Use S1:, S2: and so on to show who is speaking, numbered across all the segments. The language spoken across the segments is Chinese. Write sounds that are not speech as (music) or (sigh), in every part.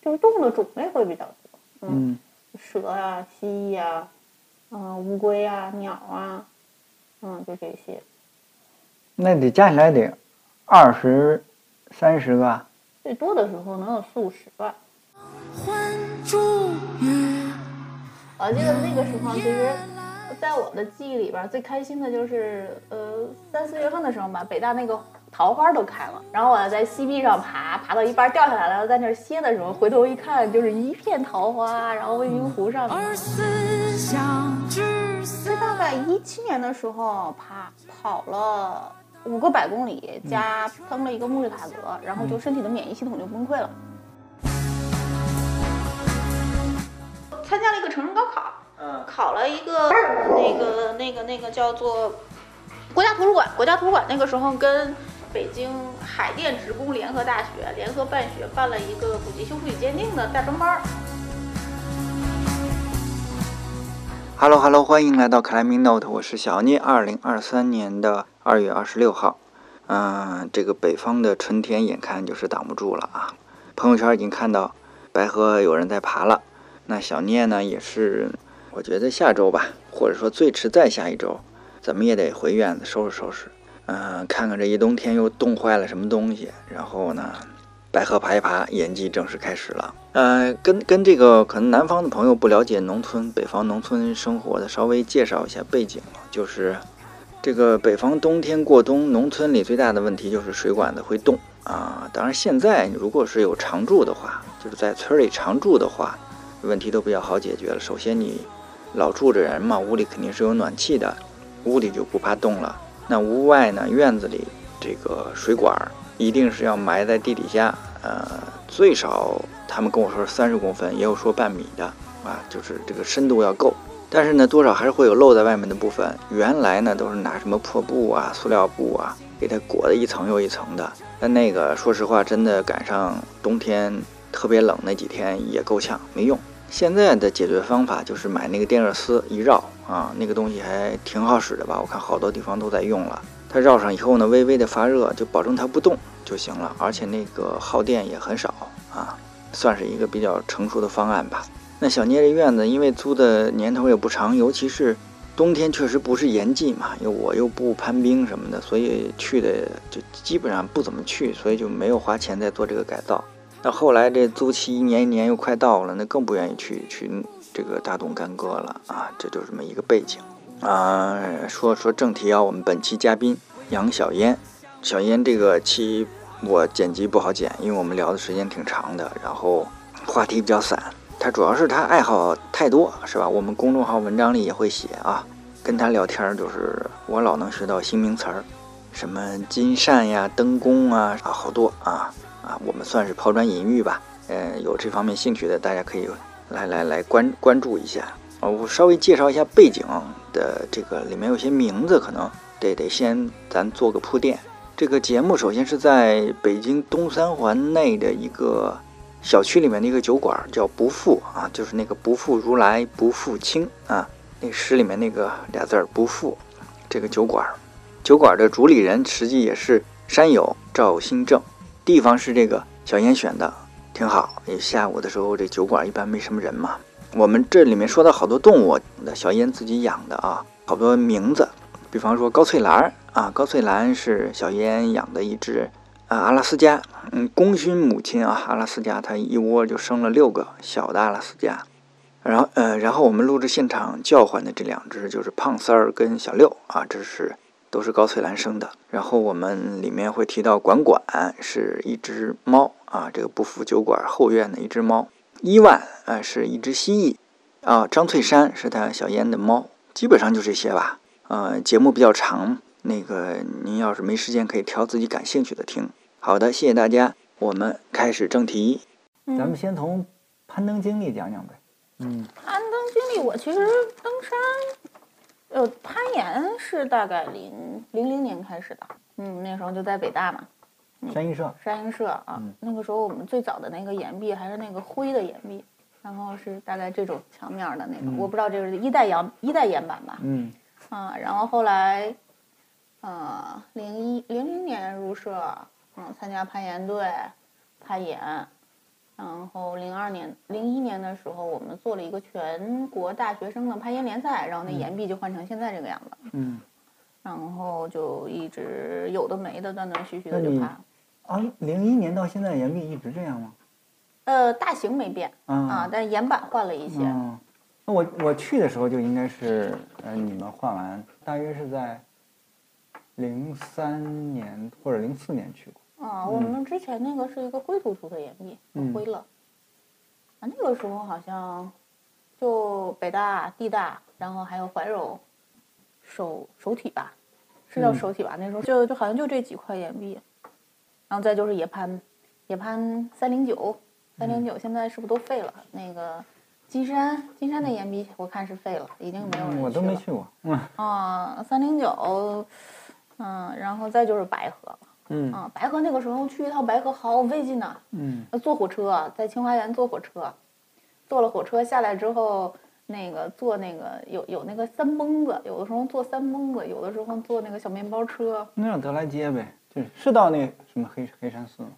S1: 就是动物的种类会比较多，
S2: 嗯
S1: 蛇啊、蜥蜴啊，嗯、乌龟啊、鸟啊，嗯，就这些。
S2: 那得加起来得二十三十个，
S1: 最多的时候能有四五十吧。
S3: 还珠月，
S1: 我记得那个时候，其实
S3: 夜来
S1: 在我的记忆里边，最开心的就是呃三四月份的时候吧，北大那个桃花都开了，然后我还在西壁上爬，爬到一半掉下来了，在那儿歇的时候，回头一看就是一片桃花，然后未名湖上。
S3: 而思乡之
S1: 是
S3: 思
S1: 大概一七年的时候爬跑了五个百公里，加登了一个穆日塔格，然后就身体的免疫系统就崩溃了。参加了一个城市高考，
S2: 嗯，
S1: 考了一个那个那个那个叫做国家图书馆，国家图书馆那个时候跟北京海淀职工联合大学联合办学办了一个古籍修复与鉴定的大专班儿。
S2: Hello Hello，欢迎来到 Climbing Note，我是小聂。二零二三年的二月二十六号，嗯、这个北方的春天眼看就是挡不住了啊！朋友圈已经看到白河有人在爬了，那小聂呢也是，我觉得下周吧，或者说最迟在下一周，咱们也得回院子收拾收拾，嗯、看看这一冬天又冻坏了什么东西，然后呢，白河爬一爬，演技正式开始了。呃，跟跟这个可能南方的朋友不了解农村、北方农村生活的，稍微介绍一下背景啊就是这个北方冬天过冬，农村里最大的问题就是水管子会冻啊。当然，现在如果是有常住的话，就是在村里常住的话，问题都比较好解决了。首先，你老住着人嘛，屋里肯定是有暖气的，屋里就不怕冻了。那屋外呢，院子里这个水管儿一定是要埋在地底下，呃，最少他们跟我说三十公分，也有说半米的啊，就是这个深度要够。但是呢，多少还是会有露在外面的部分。原来呢，都是拿什么破布啊、塑料布啊，给它裹得一层又一层的。但那个说实话，真的赶上冬天特别冷那几天也够呛，没用。现在的解决方法就是买那个电热丝一绕啊，那个东西还挺好使的吧？我看好多地方都在用了。它绕上以后呢，微微的发热，就保证它不动就行了，而且那个耗电也很少啊，算是一个比较成熟的方案吧。那小聂这院子，因为租的年头也不长，尤其是冬天，确实不是炎季嘛，又我又不攀冰什么的，所以去的就基本上不怎么去，所以就没有花钱在做这个改造。那后来这租期一年一年又快到了，那更不愿意去去这个大动干戈了啊，这就是这么一个背景啊。说说正题啊，我们本期嘉宾杨小烟，小烟这个期我剪辑不好剪，因为我们聊的时间挺长的，然后话题比较散。他主要是他爱好太多，是吧？我们公众号文章里也会写啊，跟他聊天儿就是我老能学到新名词儿，什么金扇呀、灯弓啊，啊好多啊啊，我们算是抛砖引玉吧。呃，有这方面兴趣的，大家可以来来来关关注一下。啊，我稍微介绍一下背景的这个里面有些名字，可能得得先咱做个铺垫。这个节目首先是在北京东三环内的一个小区里面的一个酒馆，叫不负啊，就是那个不负如来不负卿啊，那诗里面那个俩字儿不负，这个酒馆，酒馆的主理人实际也是山友赵新正，地方是这个小燕选的，挺好。也下午的时候这酒馆一般没什么人嘛。我们这里面说到好多动物，小燕自己养的啊，好多名字，比方说高翠兰儿啊，高翠兰是小燕养的一只啊阿拉斯加，嗯，功勋母亲啊，阿拉斯加它一窝就生了六个小的阿拉斯加，然后呃，然后我们录制现场叫唤的这两只就是胖三儿跟小六啊，这是都是高翠兰生的。然后我们里面会提到管管是一只猫啊，这个不服酒馆后院的一只猫，伊万啊是一只蜥蜴，啊，张翠山是他小燕的猫，基本上就这些吧。呃，节目比较长，那个您要是没时间，可以挑自己感兴趣的听。好的，谢谢大家，我们开始正题。
S1: 嗯
S2: 咱们先从攀登经历讲讲呗。嗯，
S1: 攀登经历，我其实登山，呃，攀岩是大概零零零年开始的。嗯，那时候就在北大嘛，
S2: 山一社，
S1: 山鹰社啊、
S2: 嗯
S1: 那个时候我们最早的那个岩壁还是那个灰的岩壁，然后是大概这种墙面的那种，
S2: 嗯
S1: 我不知道这是一代岩一代岩板吧。
S2: 嗯
S1: 啊，然后后来，呃，零一零零年入社，嗯，参加攀岩队，攀岩，然后零二年、零一年的时候，我们做了一个全国大学生的攀岩联赛，然后那岩壁就换成现在这个样子，
S2: 嗯，
S1: 然后就一直有的没的，断断续续的
S2: 那
S1: 就
S2: 你
S1: 爬。
S2: 啊，零一年到现在岩壁一直这样吗？
S1: 呃，大型没变啊，但岩板换了一些。
S2: 嗯，那我我去的时候就应该是，呃，你们换完，大约是在零三年或者零四年去过。
S1: 啊，我们之前那个是一个灰突出的岩壁，我
S2: 嗯
S1: 灰了。啊，那个时候好像就北大、地大，然后还有怀柔，首首体吧，是叫
S2: 嗯
S1: 首体吧？那时候就就好像就这几块岩壁，然后再就是野攀，野攀三零九，三零
S2: 嗯
S1: 九现在是不是都废了？那个金山，金山的岩壁我看是废了，已经没有人
S2: 嗯我都
S1: 去
S2: 没
S1: 了
S2: 去过。嗯
S1: 啊，三零九，嗯，然后再就是白河了。
S2: 嗯
S1: 啊，白河那个时候去一趟白河好费劲呐、
S2: 嗯
S1: 呃坐火车在清华园坐火车，坐了火车下来之后，那个坐那个有有那个三蹦子，有的时候坐三蹦子，有的时候坐那个小面包车，
S2: 那叫德来街呗，就是是到那什么黑黑山寺吗？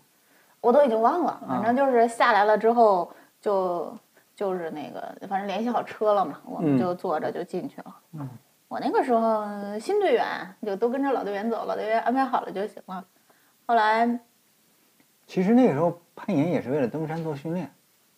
S1: 我都已经忘了，
S2: 啊
S1: 反正就是下来了之后就就是那个，反正联系好车了嘛，我们
S2: 嗯
S1: 就坐着就进去了。
S2: 嗯
S1: 我那个时候呃新队员就都跟着老队员走，老队员安排好了就行了。后来
S2: 其实那个时候攀岩也是为了登山做训练，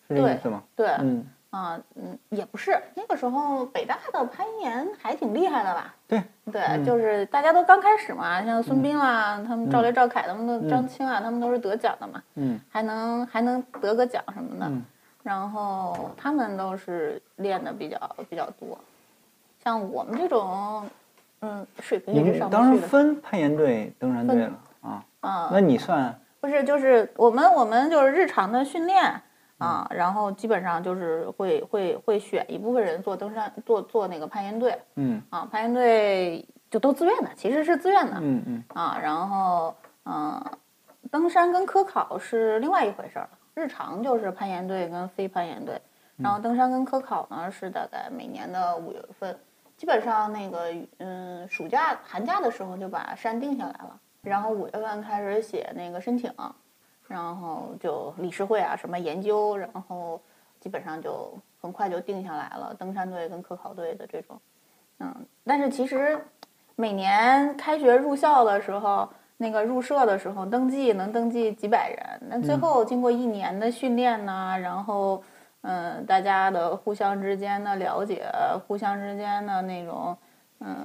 S2: 是这意思吗？
S1: 对，
S2: 嗯，
S1: 啊，嗯，也不是，那个时候北大的攀岩还挺厉害的吧？
S2: 对，
S1: 对，
S2: 嗯
S1: 就是大家都刚开始嘛，像孙膑啊，他们赵雷、赵凯他们
S2: 嗯
S1: 的张青啊，他们都是得奖的嘛，
S2: 嗯
S1: 还能还能得个奖什么的。
S2: 嗯
S1: 然后他们都是练的比较比较多，像我们这种，嗯，水平
S2: 你
S1: 也是上
S2: 们
S1: 不
S2: 当
S1: 去
S2: 时
S1: 的。
S2: 分攀岩队、登山队
S1: 分
S2: 了啊？
S1: 嗯，
S2: 那你算
S1: 不是，就是我们我们就是日常的训练
S2: 嗯
S1: 啊，然后基本上就是会会会选一部分人做登山，做做那个攀岩队
S2: 嗯
S1: 啊，攀岩队就都自愿的，其实是自愿的、
S2: 嗯嗯
S1: 啊。然后嗯、登山跟科考是另外一回事儿了，日常就是攀岩队跟非攀岩队，然后登山跟科考呢是大概每年的五月份，基本上那个嗯暑假寒假的时候就把山定下来了，然后五月份开始写那个申请，然后就理事会啊什么研究，然后基本上就很快就定下来了登山队跟科考队的这种，嗯，但是其实每年开学入校的时候。那个入社的时候登记能登记几百人，那最后经过一年的训练呢，然后嗯，大家的互相之间的了解，互相之间的那种，嗯，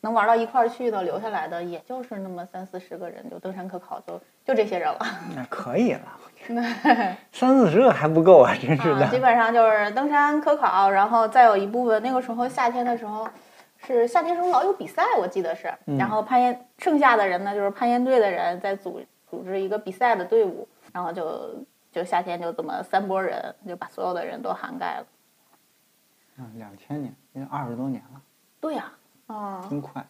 S1: 能玩到一块儿去的，留下来的也就是那么三四十个人，就登山可考就就这些人了。
S2: 那可以了， (laughs) 三四十个还不够啊，真是
S1: 啊，基
S2: 的。
S1: 本上就是登山科考，然后再有一部分那个时候夏天的时候，是夏天时候老有比赛，我记得是，
S2: 嗯
S1: 然后攀岩剩下的人呢，就是攀岩队的人在组组织一个比赛的队伍，然后就就夏天就这么三波人就把所有的人都涵盖了。
S2: 嗯，两千年，已经二十多年了，
S1: 对呀、啊，
S2: 真快。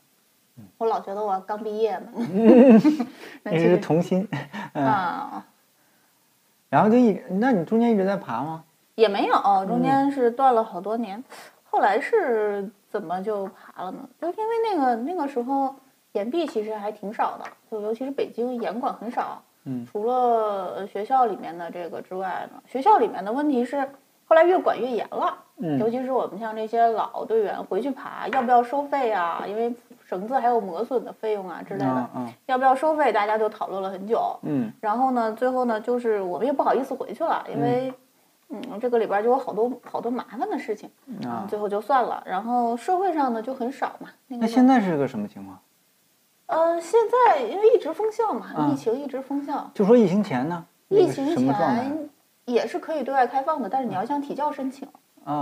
S1: 我老觉得我刚毕
S2: (laughs)
S1: 业呢，那
S2: 那
S1: 其
S2: 是
S1: 实
S2: 童心，
S1: 啊
S2: 然后就一，那你中间一直在爬吗？
S1: 也没有，
S2: 嗯
S1: 中间是断了好多年，后来是怎么就爬了呢？就因为那个那个时候岩壁其实还挺少的，就尤其是北京岩馆很少，
S2: 嗯
S1: 除了呃学校里面的这个之外呢，学校里面的问题是后来越管越严了，尤
S2: 嗯
S1: 其是我们像这些老队员回去爬，要不要收费啊？因为绳子还有磨损的费用啊之类的，
S2: 啊啊
S1: 要不要收费？大家就讨论了很久。
S2: 嗯
S1: 然后呢，最后呢，就是我们也不好意思回去了，因为，嗯，这个里边就有好多好多麻烦的事情，
S2: 啊。
S1: 最后嗯就算了。然后社会上呢就很少嘛，那
S2: 那
S1: 个
S2: 现在是个什么情况？
S1: 呃，现在因为一直封校嘛，
S2: 啊
S1: 疫情一直封校，
S2: 就说疫情前呢？那
S1: 疫
S2: 个是
S1: 情
S2: 什么状态啊
S1: 前也是可以对外开放的，但是你要向体教申请
S2: 啊？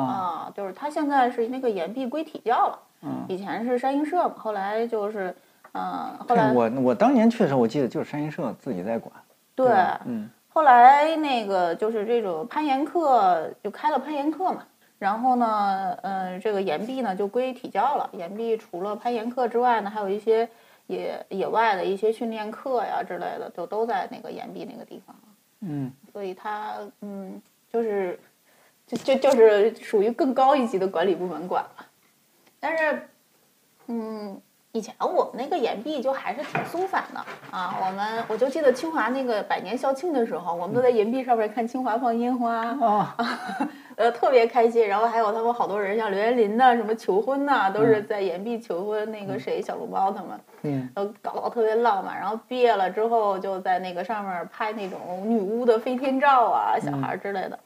S1: 啊，就是它现在是那个岩壁归体教了，
S2: 嗯，
S1: 以前是山鹰社嘛，后来就是，嗯、后
S2: 对
S1: 来
S2: 我我当年去的时候，我记得就是山鹰社自己在管。
S1: 对啊
S2: 吧嗯
S1: 后来那个就是这种攀岩课就开了攀岩课嘛，然后呢，呃，这个岩壁呢就归体教了。岩壁除了攀岩课之外呢，还有一些野野外的一些训练课呀之类的，就都在那个岩壁那个地方。啊
S2: 嗯，
S1: 所以它嗯，就是就就就是属于更高一级的管理部门管了。但是，嗯，以前我们那个岩壁就还是挺松散的啊，我们我就记得清华那个百年校庆的时候，我们都在岩壁上面看清华放烟花，
S2: 啊，
S1: (laughs) 呃，特别开心。然后还有他们好多人，像刘元林呐、什么求婚呐、都是在岩壁求婚。那个谁，小笼包他们，
S2: 嗯，
S1: 都搞得特别浪漫。然后毕业了之后，就在那个上面拍那种女巫的飞天照啊，小孩儿之类的。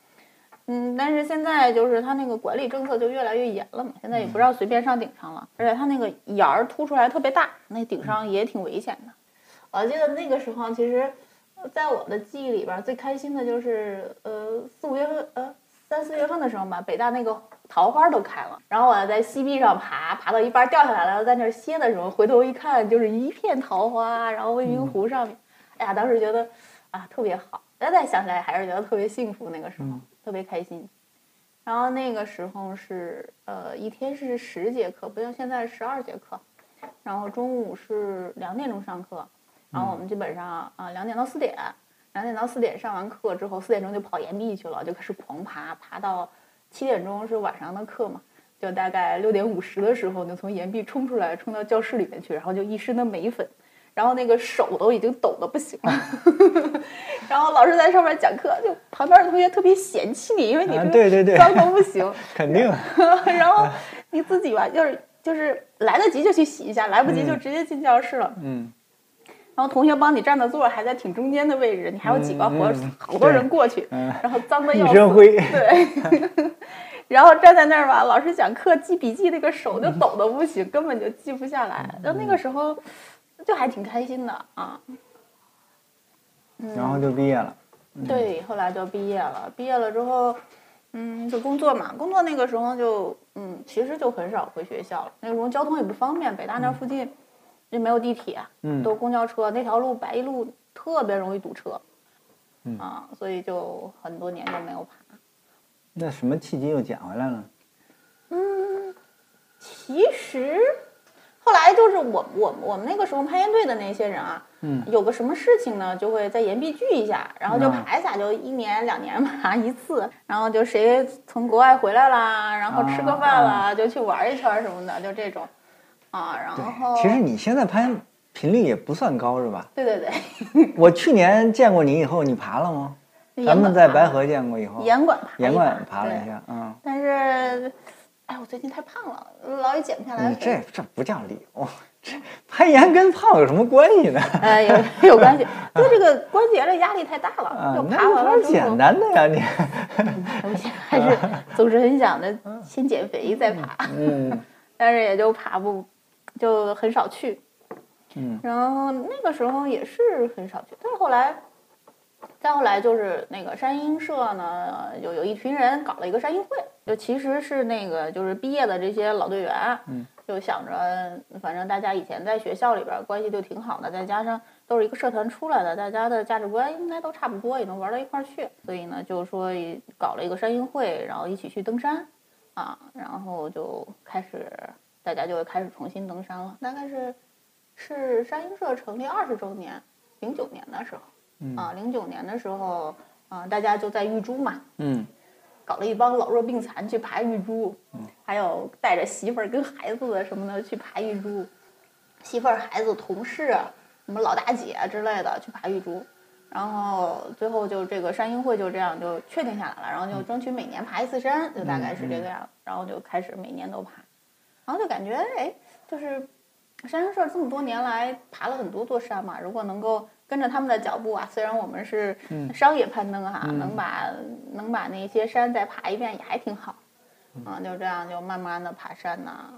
S1: 嗯，但是现在就是他那个管理政策就越来越严了嘛，现在也不让随便上顶上了，而且他那个眼儿凸出来特别大，那顶上也挺危险的。我记得那个时候，其实，呃在我的记忆里边儿，最开心的就是呃四五月份，呃三四月份的时候吧，北大那个桃花都开了，然后我在西壁上爬，爬到一半儿掉下来了，在那儿歇的时候，回头一看就是一片桃花，然后未名湖上面，哎呀，当时觉得啊特别好，现在想起来还是觉得特别幸福，那个时候、
S2: 嗯
S1: 特别开心。然后那个时候是呃一天是十节课，不像现在十二节课，然后中午是两点钟上课，然
S2: 嗯
S1: 后我们基本上啊、两点到四点，两点到四点上完课之后，四点钟就跑岩壁去了，就开始狂爬，爬到七点钟是晚上的课嘛，就大概六点五十的时候就从岩壁冲出来，冲到教室里面去，然后就一身的眉粉，然后那个手都已经抖得不
S2: (laughs)
S1: 行了，然后老师在上面讲课，就旁边的同学特别嫌弃你，因为你
S2: 啊
S1: 这个
S2: 对对对
S1: 脏的不行，
S2: (laughs) 肯定，
S1: (laughs)
S2: 啊
S1: 然后你自己吧，就是就是来得及就去洗一下，来不及就直接进教室了。
S2: 嗯，
S1: 然后同学帮你占的座儿还在挺中间的位置，你还有几个
S2: 嗯嗯
S1: 活、
S2: 嗯
S1: 好多人
S2: 对
S1: 过去，
S2: 嗯
S1: 然后脏的
S2: 一
S1: 要
S2: 身
S1: 死。
S2: 灰，
S1: 对， (laughs) 然后站在那儿吧，老师讲课记笔记，那个手就抖得不
S2: 嗯
S1: 行，根本就记不下来。就那个时候，就还挺开心的啊。
S2: 然后就毕业了，
S1: 对，后来就毕业了。毕业了之后，嗯，就工作嘛。工作那个时候就，嗯，其实就很少回学校了。那个时候交通也不方便，北大那附近也没有地铁，啊
S2: 嗯
S1: 都公交车。那条路白一路特别容易堵车，
S2: 嗯
S1: 啊，所以就很多年就没有爬。
S2: 那什么契机又捡回来了？
S1: 其实后来就是我我我们那个时候攀岩队的那些人啊，
S2: 嗯
S1: 有个什么事情呢，就会在岩壁聚一下，然后就爬一下，就一年两年爬一次，然后就谁从国外回来啦，然后吃个饭啦，
S2: 啊
S1: 就去玩一圈什么的，就这种啊，然后
S2: 其实你现在攀频率也不算高是吧？
S1: 对对对，
S2: 我去年见过你以后，你爬了吗？咱们在白河见过以后，
S1: 岩馆爬一
S2: 岩馆爬
S1: 对
S2: 了一下，嗯。
S1: 但是哎，我最近太胖了，老也减不下来
S2: 你
S1: 肥
S2: 这这不叫理由，这 (laughs) 攀岩跟胖有什么关系呢？
S1: 呃，有有关系，对
S2: (laughs)
S1: 这个关节的压力太大了，
S2: 啊
S1: 就，
S2: 那
S1: 爬
S2: 有
S1: 完了
S2: 很
S1: 之后
S2: 简，单的呀，
S1: (laughs)
S2: 你，
S1: 我现在还
S2: (laughs)
S1: 是，总是很想着先减肥再爬，
S2: 嗯
S1: 但是也就爬不，就很少去。
S2: 嗯
S1: 然后那个时候也是很少去，但是后来，再后来就是那个山鹰社呢，有有一群人搞了一个山鹰会，就其实是那个就是毕业的这些老队员，啊
S2: 嗯，
S1: 就想着反正大家以前在学校里边儿关系就挺好的，再加上都是一个社团出来的，大家的价值观应该都差不多，也能玩到一块儿去，所以呢，就说也搞了一个山鹰会，然后一起去登山，啊，然后就开始大家就开始重新登山了，大概是。是山鹰社成立二十周年，零九年的时候
S2: 嗯
S1: 啊，零九年的时候，啊、大家就在玉珠嘛，
S2: 嗯，
S1: 搞了一帮老弱病残去爬玉珠，还有带着媳妇儿跟孩子什么的去爬玉珠，媳妇儿、孩子、同事、啊什么老大姐啊之类的去爬玉珠，然后最后就这个山鹰会就这样就确定下来了，然后就争取每年爬一次山，就大概是这个样，然后就开始每年都爬，然后就感觉哎，就是山鹰社这么多年来爬了很多座山嘛，如果能够跟着他们的脚步啊，虽然我们是
S2: 嗯
S1: 商业攀登哈、
S2: 嗯
S1: 能把能把那些山再爬一遍也还挺好，
S2: 嗯
S1: 啊，就这样就慢慢的爬山呐、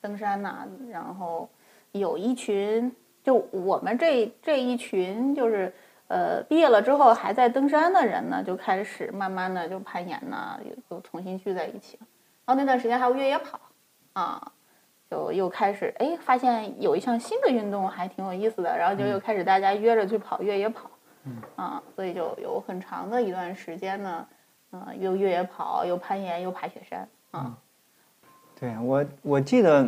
S1: 登山呐、然后有一群就我们这这一群就是呃毕业了之后还在登山的人呢，就开始慢慢的就攀岩呐、又又重新聚在一起了。然后那段时间还有越野跑啊，就又开始哎发现有一项新的运动还挺有意思的，然后
S2: 嗯
S1: 就又开始大家约着去跑越野跑，啊，所以就有很长的一段时间呢，嗯、又越野跑，又攀岩，又爬雪山
S2: 嗯
S1: 啊，
S2: 对我我记得，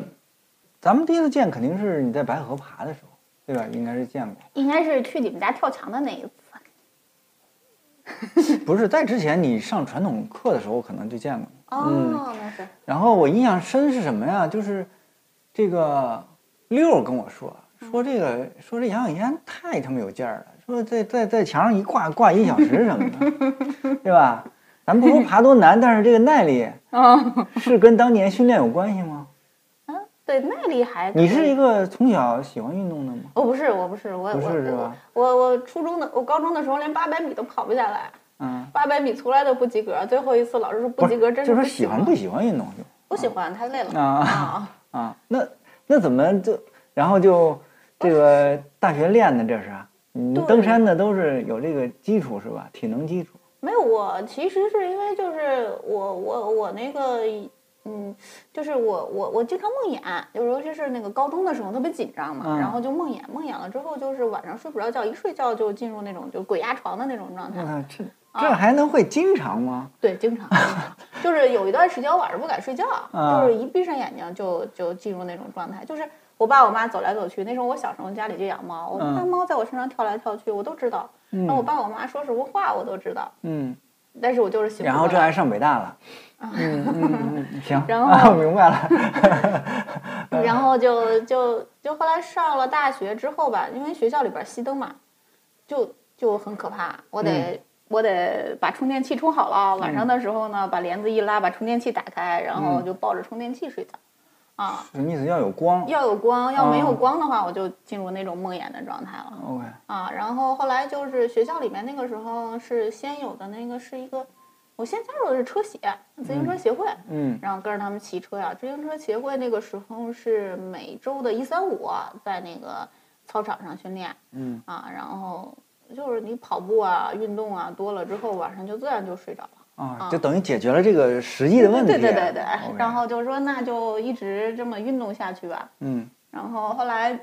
S2: 咱们第一次见肯定是你在白河爬的时候，对吧？应该是见过，
S1: 应该是去你们家跳墙的那一次。
S2: 不是在之前你上传统课的时候可能就见过。
S1: 哦，那是
S2: 然后我印象深是什么呀？就是这个六儿跟我说
S1: 嗯
S2: 说这个说这养养烟太他妈有劲儿了，说在在在墙上一挂挂一小时什
S1: (laughs)
S2: 么的，对吧？咱不说爬多难，但是这个耐力
S1: 嗯
S2: 是跟当年训练有关系吗？
S1: 嗯，对，耐力还可以
S2: 你是一个从小喜欢运动的吗？
S1: 我不是，我不是，我
S2: 不是是
S1: 我
S2: 吧
S1: 我我我初中的，我高中的时候连八百米都跑不下来，
S2: 嗯，
S1: 八百米从来都不及格，最后一次老师说不及格，
S2: 是
S1: 真
S2: 就是说
S1: 不
S2: 喜
S1: 行
S2: 欢
S1: 了
S2: 不喜欢运动就
S1: 不喜欢，太累了
S2: 啊啊，那那怎么就然后就这个大学练的这是啊？你
S1: 对
S2: 登山的都是有这个基础是吧？体能基础。
S1: 没有，我其实是因为就是我我我那个嗯，就是我我我经常梦魇，有时候就是那个高中的时候特别紧张嘛，
S2: 嗯
S1: 然后就梦魇，梦魇了之后就是晚上睡不着觉，一睡觉就进入那种就鬼压床的那种状态。
S2: 我操，这
S1: 啊
S2: 这还能会经常吗？
S1: 对，经
S2: (laughs)
S1: 常就是有一段时间我晚上不敢睡觉，
S2: 啊
S1: 就是一闭上眼睛就就进入那种状态，就是我爸我妈走来走去。那时候我小时候家里就养猫，我
S2: 嗯
S1: 看猫在我身上跳来跳去，我都知道。然后我
S2: 嗯
S1: 爸我妈说什么话我都知道，
S2: 嗯，
S1: 但是我就是醒不
S2: 然后
S1: 过
S2: 这
S1: 来
S2: 还上北大了。嗯
S1: (laughs)
S2: 嗯嗯，行，
S1: 啊然后
S2: 啊、明白了。嗯
S1: 然后就就就后来上了大学之后吧，因为学校里边熄灯嘛，就就很可怕。我
S2: 嗯
S1: 得、我得把充电器充好了，晚上的时候呢，把帘子一拉，把充电器打开，然后
S2: 嗯
S1: 就抱着充电器睡觉。啊，
S2: 什么意思？要有光。
S1: 要有光，要没有
S2: 哦
S1: 光的话，我就进入那种梦魇的状态了。
S2: OK，
S1: 啊，然后后来就是学校里面那个时候是先有的那个是一个，我先加入的是车协自行车协会，
S2: 嗯
S1: 然后跟着他们骑车呀、自行车协会那个时候是每周的一三五在那个操场上训练
S2: 嗯，
S1: 啊，然后就是你跑步啊、运动啊多了之后，晚上就自然就睡着了。
S2: 啊
S1: 啊，
S2: 就等于解决了这个实际的问题。啊哦
S1: 对对对对
S2: OK
S1: 然后就说那就一直这么运动下去吧。
S2: 嗯，
S1: 然后后来，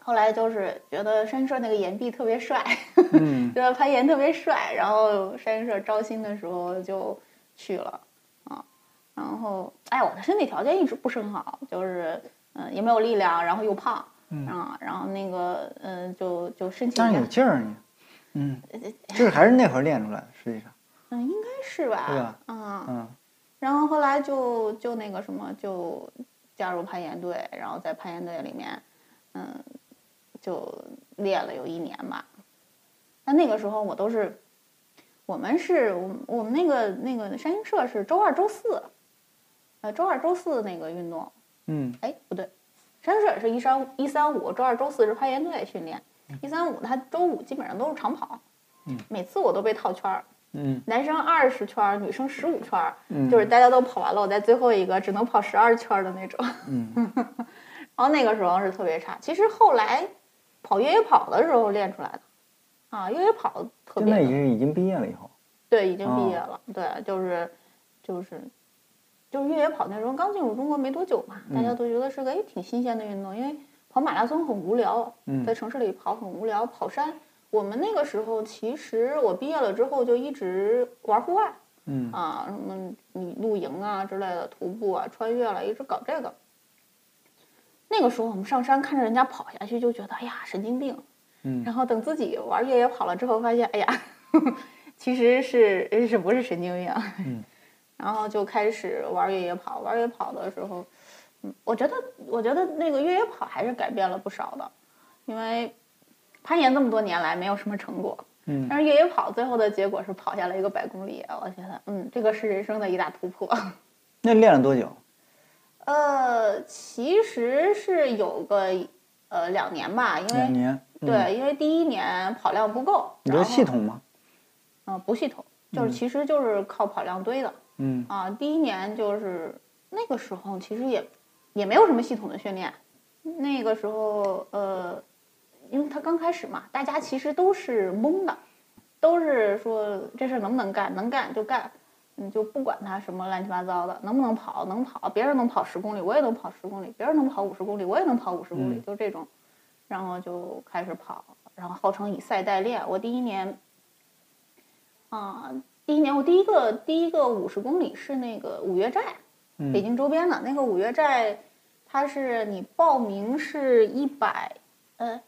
S1: 后来就是觉得山社那个岩壁特别帅，
S2: 嗯
S1: 觉得攀岩特别帅，然后山社招新的时候就去了啊。然后，哎，我的身体条件一直不是很好，就是嗯、呃也没有力量，然后又胖。
S2: 嗯
S1: 啊，然后那个，嗯、就就申请一
S2: 但是
S1: 下
S2: 有，劲儿你，嗯，就是还是那会儿练出来的，实际上，
S1: 嗯，应该是吧，
S2: 对吧
S1: 啊，
S2: 嗯
S1: 然后后来就就那个什么，就加入攀岩队，然后在攀岩队里面，嗯，就练了有一年吧。但那个时候我都是，我们是我们我们那个那个山鹰社是周二周四，呃，周二周四那个运动，
S2: 嗯
S1: 哎，不对，山水是一三一三五，周二周四是攀岩队训练，一三五它周五基本上都是长跑，
S2: 嗯
S1: 每次我都被套圈儿，
S2: 嗯
S1: 男生二十圈儿，女生十五圈儿，
S2: 嗯，
S1: 就是大家都跑完了，我在最后一个只能跑十二圈儿的那种。
S2: 嗯
S1: 然后那个时候是特别差。其实后来跑越野跑的时候练出来的，啊，越野跑特
S2: 现
S1: 别
S2: 在已
S1: 的
S2: 经已经毕业了以后，
S1: 对，已经毕业
S2: 哦
S1: 了，对，就是就是就是越野跑那时候刚进入中国没多久嘛，大家
S2: 嗯
S1: 都觉得是个哎挺新鲜的运动，因为跑马拉松很无聊，
S2: 嗯
S1: 在城市里跑很无聊，跑山。我们那个时候，其实我毕业了之后就一直玩户外，
S2: 嗯
S1: 啊，什么你露营啊之类的，徒步啊、穿越了，一直搞这个。那个时候我们上山看着人家跑下去，就觉得哎呀神经病。
S2: 嗯
S1: 然后等自己玩越野跑了之后，发现哎呀， (laughs) 其实是是不是神经病？啊
S2: 嗯。
S1: (laughs) 然后就开始玩越野跑，玩越野跑的时候，嗯，我觉得我觉得那个越野跑还是改变了不少的，因为攀岩这么多年来没有什么成果，
S2: 嗯，
S1: 但是越野跑最后的结果是跑下了一个百公里，我觉得，嗯，这个是人生的一大突破。 (laughs)
S2: 那练了多久？
S1: 呃，其实是有个呃两年吧，因
S2: 两
S1: 为、
S2: 年？嗯，
S1: 对，因为第一年跑量不够，
S2: 你
S1: 然
S2: 说
S1: 后
S2: 系，统吗？
S1: 嗯、不系统，就是其实就是靠跑量堆的
S2: 嗯
S1: 啊、第一年就是那个时候其实也也没有什么系统的训练，那个时候呃，因为他刚开始嘛，大家其实都是懵的，都是说这事儿能不能干，能干就干，你就不管它什么乱七八糟的，能不能跑能跑，别人能跑十公里，我也能跑十公里，别人能跑五十公里，我也能跑五十公里，
S2: 嗯
S1: 就这种，然后就开始跑，然后号称以赛代练。我第一年，啊、第一年我第一个第一个五十公里是那个五岳寨，
S2: 嗯
S1: 北京周边的那个五岳寨，它是你报名是一百，呃，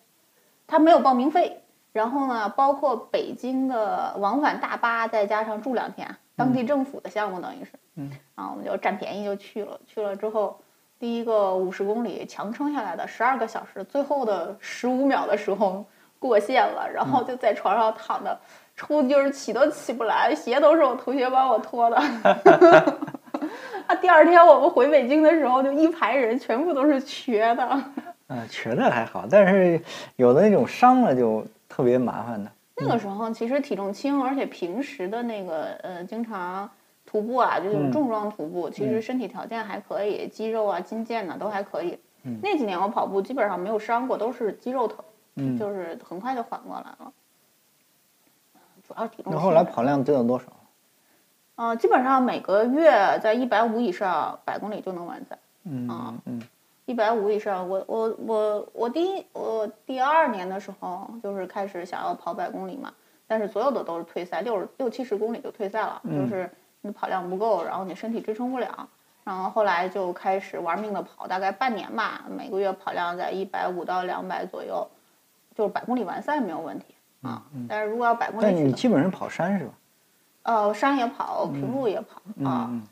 S1: 它没有报名费，然后呢，包括北京的往返大巴，再加上住两天，当地政府的项目等于是，
S2: 嗯，
S1: 然后我们就占便宜就去了，去了之后，第一个五十公里强撑下来的十二个小时，最后的十五秒的时候过线了，然
S2: 嗯
S1: 后就在床上躺着，抽筋儿起都起不来，鞋都是我同学帮我脱的。啊，第二天我们回北京的时候，就一排人全部都是瘸的。
S2: 嗯，瘸的还好，但是有的那种伤了就特别麻烦的。
S1: 那个时候其实体重轻，而且平时的那个呃，经常徒步啊，就是
S2: 嗯
S1: 重装徒步，其实身体条件还可以，肌肉啊、筋腱呢、都还可以。
S2: 嗯
S1: 那几年我跑步基本上没有伤过，都是肌肉疼，
S2: 嗯，
S1: 就是很快就缓过来了。主要是体重
S2: 那
S1: 轻。
S2: 后来跑量得有多少？
S1: 呃，基本上每个月在一百五以上百公里就能完赛。
S2: 嗯
S1: 啊
S2: 嗯
S1: 一百五以上，我我我我第一我第二年的时候就是开始想要跑百公里嘛，但是所有的都是退赛，六十六七十公里就退赛了，
S2: 嗯
S1: 就是你跑量不够，然后你身体支撑不了，然后后来就开始玩命的跑，大概半年吧，每个月跑量在一百五到两百左右，就是百公里完赛没有问题啊。但是如果要百公
S2: 但嗯你
S1: 里起
S2: 基本上跑山是吧？
S1: 的，呃，山也跑，平路也跑、啊。
S2: 嗯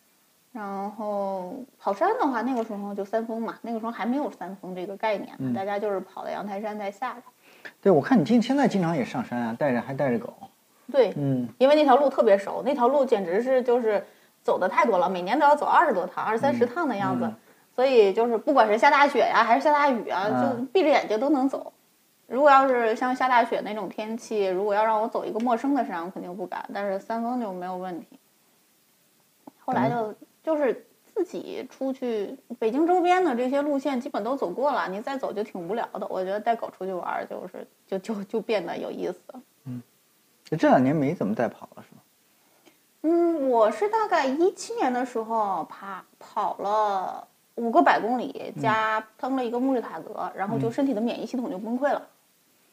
S1: 然后跑山的话，那个时候就三峰嘛，那个时候还没有三峰这个概念，
S2: 嗯
S1: 大家就是跑到阳台山再下来。
S2: 嗯，对，我看你今现在经常也上山啊，带着还带着狗。
S1: 对，
S2: 嗯
S1: 因为那条路特别熟，那条路简直是就是走的太多了，每年都要走二十多趟、二三十趟的样子，
S2: 嗯
S1: 所以就是不管是下大雪呀、还是下大雨啊，
S2: 啊
S1: 就闭着眼睛都能走。如果要是像下大雪那种天气，如果要让我走一个陌生的山，我肯定不敢。但是三峰就没有问题。后来
S2: 嗯
S1: 就就是自己出去，北京周边的这些路线基本都走过了，你再走就挺无聊的。我觉得带狗出去玩儿就是就就就变得有意思了。
S2: 就这两年没怎么再跑了是吧？
S1: 嗯，我是大概一七年的时候爬跑了五个百公里，
S2: 嗯
S1: 加蹬了一个穆日塔格，然后就身体的免疫系统就崩溃了，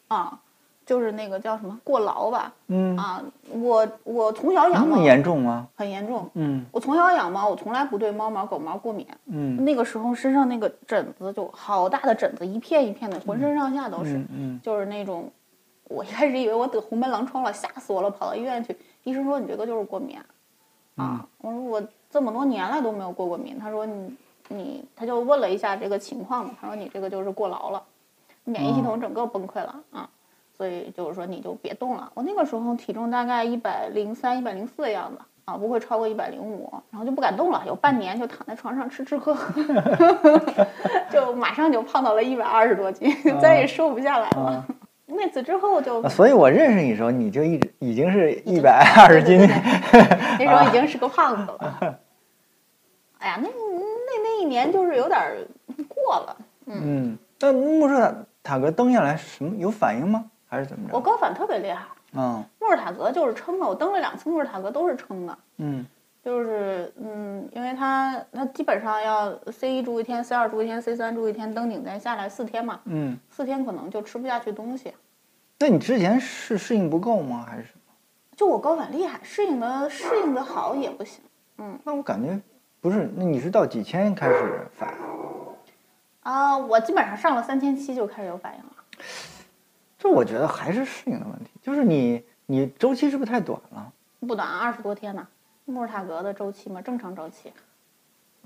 S1: 啊，就是那个叫什么过劳吧，
S2: 嗯，
S1: 啊，我我从小
S2: 那
S1: 养猫
S2: 么严重吗？
S1: 很严重，
S2: 嗯
S1: 我从小养猫，我从来不对猫毛狗毛过敏，
S2: 嗯
S1: 那个时候身上那个疹子就好大的疹子，一片一片的，浑身上下都是，
S2: 嗯嗯
S1: 就是那种，我一开始以为我得红斑狼疮了，吓死我了，跑到医院去，医生说你这个就是过敏啊，
S2: 嗯
S1: 啊，我说我这么多年来都没有过过敏，他说你你，他就问了一下这个情况嘛，他说你这个就是过劳了，免疫系
S2: 嗯
S1: 统整个崩溃了啊，所以就是说你就别动了。我那个时候体重大概一百零三、一百零四的样子。啊，不会超过一百零五，然后就不敢动了，有半年就躺在床上吃吃
S2: (laughs)
S1: 喝喝，就马上就胖到了一百二十多斤，再也瘦不下来了。
S2: 啊
S1: 那次之后就
S2: 啊，所以我认识你的时候，你就一直已经是一百二十斤
S1: 对。那时候已经是个胖子了。哎呀，那那那一年就是有点儿过了。
S2: 嗯，那穆斯塔塔格蹬下来是什么有反应吗？还是怎么
S1: 我
S2: 着？
S1: 高反特别厉害，
S2: 嗯
S1: 穆尔塔格就是撑的，我蹬了两次穆尔塔格都是撑的。
S2: 嗯
S1: 就是嗯，因为它它基本上要 C 一住一天，C 二住一天，C 三住一天，登顶再下来四天嘛，
S2: 嗯，
S1: 四天可能就吃不下去东西。
S2: 那你之前是适应不够吗？还是什么？
S1: 就我高反厉害，适应的适应的好也不行。
S2: 那我感觉不是，那你是到几千开始反？
S1: 啊、我基本上上了三千七就开始有反应了。
S2: 这我觉得还是适应的问题，就是你你周期是不是太短了？
S1: 不短，二十多天呢。穆尔塔格的周期嘛，正常周期。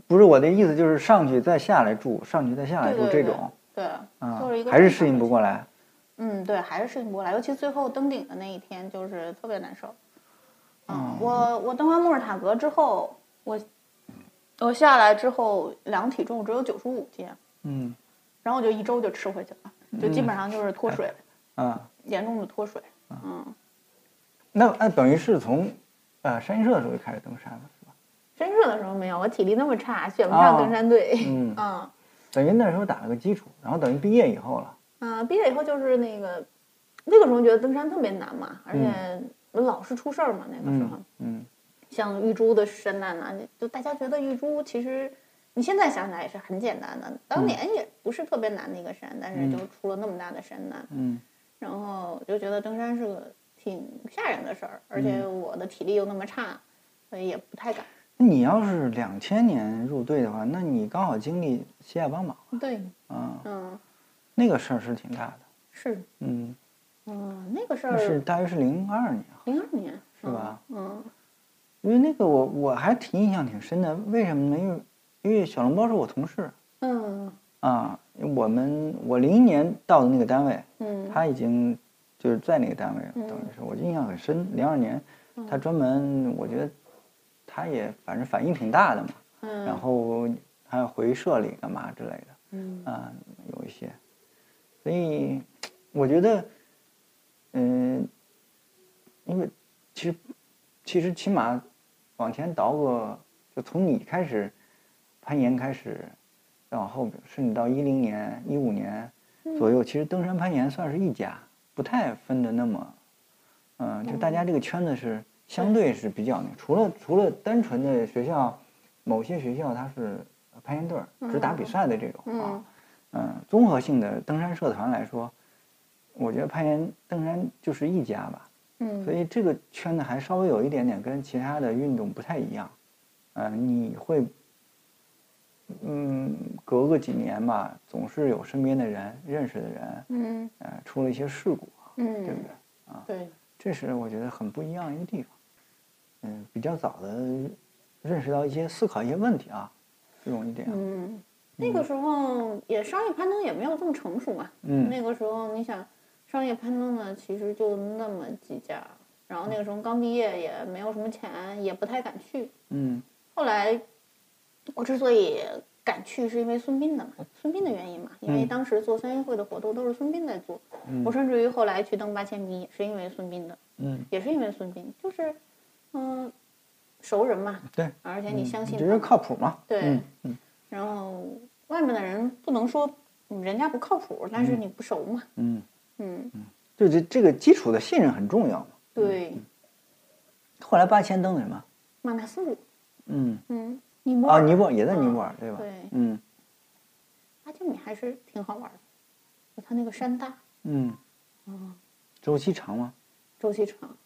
S2: 不是我的意思，就是上去再下来住，上去再下来
S1: 对对
S2: 住
S1: 对
S2: 这种，
S1: 对，
S2: 啊
S1: 就是一，个
S2: 还是
S1: 正常
S2: 适应
S1: 周
S2: 不
S1: 期
S2: 过来。
S1: 嗯，对，还是适应不过来，尤其最后登顶的那一天，就是特别难受。
S2: 哦
S1: 嗯，我我登完穆尔塔格之后，我我下来之后量体重只有九十五斤，
S2: 嗯
S1: 然后我就一周就吃回去了，就基本上就是脱水，
S2: 啊，
S1: 严重的脱水。嗯，
S2: 那那等于是从呃山医社的时候就开始登山了，是吧？
S1: 真热的时候没有，我体力那么差，选不上登山队。
S2: 哦嗯
S1: (laughs) 嗯
S2: 等于那时候打了个基础，然后等于毕业以后了。
S1: 嗯，毕业以后就是那个那个时候觉得登山特别难嘛，而且老是出事儿嘛，那个时候。
S2: 嗯嗯
S1: 像玉珠的深难啊，就大家觉得玉珠其实你现在想起来也是很简单的，当年也不是特别难的一个山，但是
S2: 嗯
S1: 就出了那么大的山难，
S2: 嗯
S1: 然后就觉得登山是个挺吓人的事儿，而且
S2: 嗯
S1: 我的体力又那么差，所以也不太敢。
S2: 那你要是两千年入队的话，那你刚好经历西亚帮忙
S1: 对，
S2: 啊，
S1: 嗯，
S2: 那个事儿是挺大的。
S1: 是，
S2: 嗯，
S1: 嗯，那个事
S2: 那是
S1: 儿
S2: 大约是零二年，啊
S1: 零二年
S2: 是吧？
S1: 嗯，
S2: 因为那个我我还挺印象挺深的。为什么呢？因为因为小笼包是我同事，
S1: 嗯
S2: 啊。我们我零一年到的那个单位，
S1: 嗯
S2: 他已经就是在那个单位，
S1: 嗯
S2: 等于是我印象很深。零二年，他专门我觉得他也反正反应挺大的嘛，
S1: 嗯，
S2: 然后还回社里干嘛之类的。
S1: 嗯
S2: 啊，有一些，所以我觉得，嗯、因为其实其实起码往前倒个，就从你开始攀岩开始，再往后边，甚至到一零年、一五年左右，其实登山攀岩算是一家，不太分的那么，嗯、就大家这个圈子是相对是比较那，除了除了单纯的学校，某些学校它是攀岩队儿，只打比赛的这种啊。
S1: 嗯
S2: 嗯，综合性的登山社团来说，我觉得攀岩登山就是一家吧，
S1: 嗯，
S2: 所以这个圈子还稍微有一点点跟其他的运动不太一样。嗯、你会，嗯，隔个几年吧，总是有身边的人认识的人，
S1: 嗯
S2: 呃，出了一些事故，
S1: 嗯，
S2: 对不对？
S1: 对，
S2: 这是我觉得很不一样的一个地方。嗯，比较早的认识到一些思考一些问题啊，这种一点。
S1: 嗯，那个时候也商业攀登也没有这么成熟嘛。
S2: 嗯
S1: 那个时候你想，商业攀登呢，其实就那么几家，然后那个时候刚毕业，也没有什么钱，也不太敢去。
S2: 嗯
S1: 后来我之所以敢去，是因为孙膑的嘛，孙膑的原因嘛，因为
S2: 嗯
S1: 当时做三运会的活动都是孙膑在做。
S2: 嗯
S1: 我甚至于后来去登八千米，也是因为孙膑的，
S2: 嗯，
S1: 也是因为孙膑，就是嗯，熟人嘛，
S2: 对，
S1: 而且你相信
S2: 只
S1: 他
S2: 嗯是靠谱嘛。
S1: 对
S2: 嗯
S1: 然后外面的人不能说嗯人家不靠谱，但是你不熟嘛，
S2: 嗯，
S1: 嗯，
S2: 就这这个基础的信任很重要嘛。
S1: 对，
S2: 嗯后来八千登的什么？
S1: 马纳斯鲁，
S2: 嗯，
S1: 嗯，尼泊
S2: 啊，
S1: 尔
S2: 尼泊尔也在尼泊尔对吧？
S1: 对
S2: 嗯
S1: 八千米还是挺好玩的，它那个山大，
S2: 嗯，
S1: 嗯，
S2: 周期长吗？
S1: 周期长，啊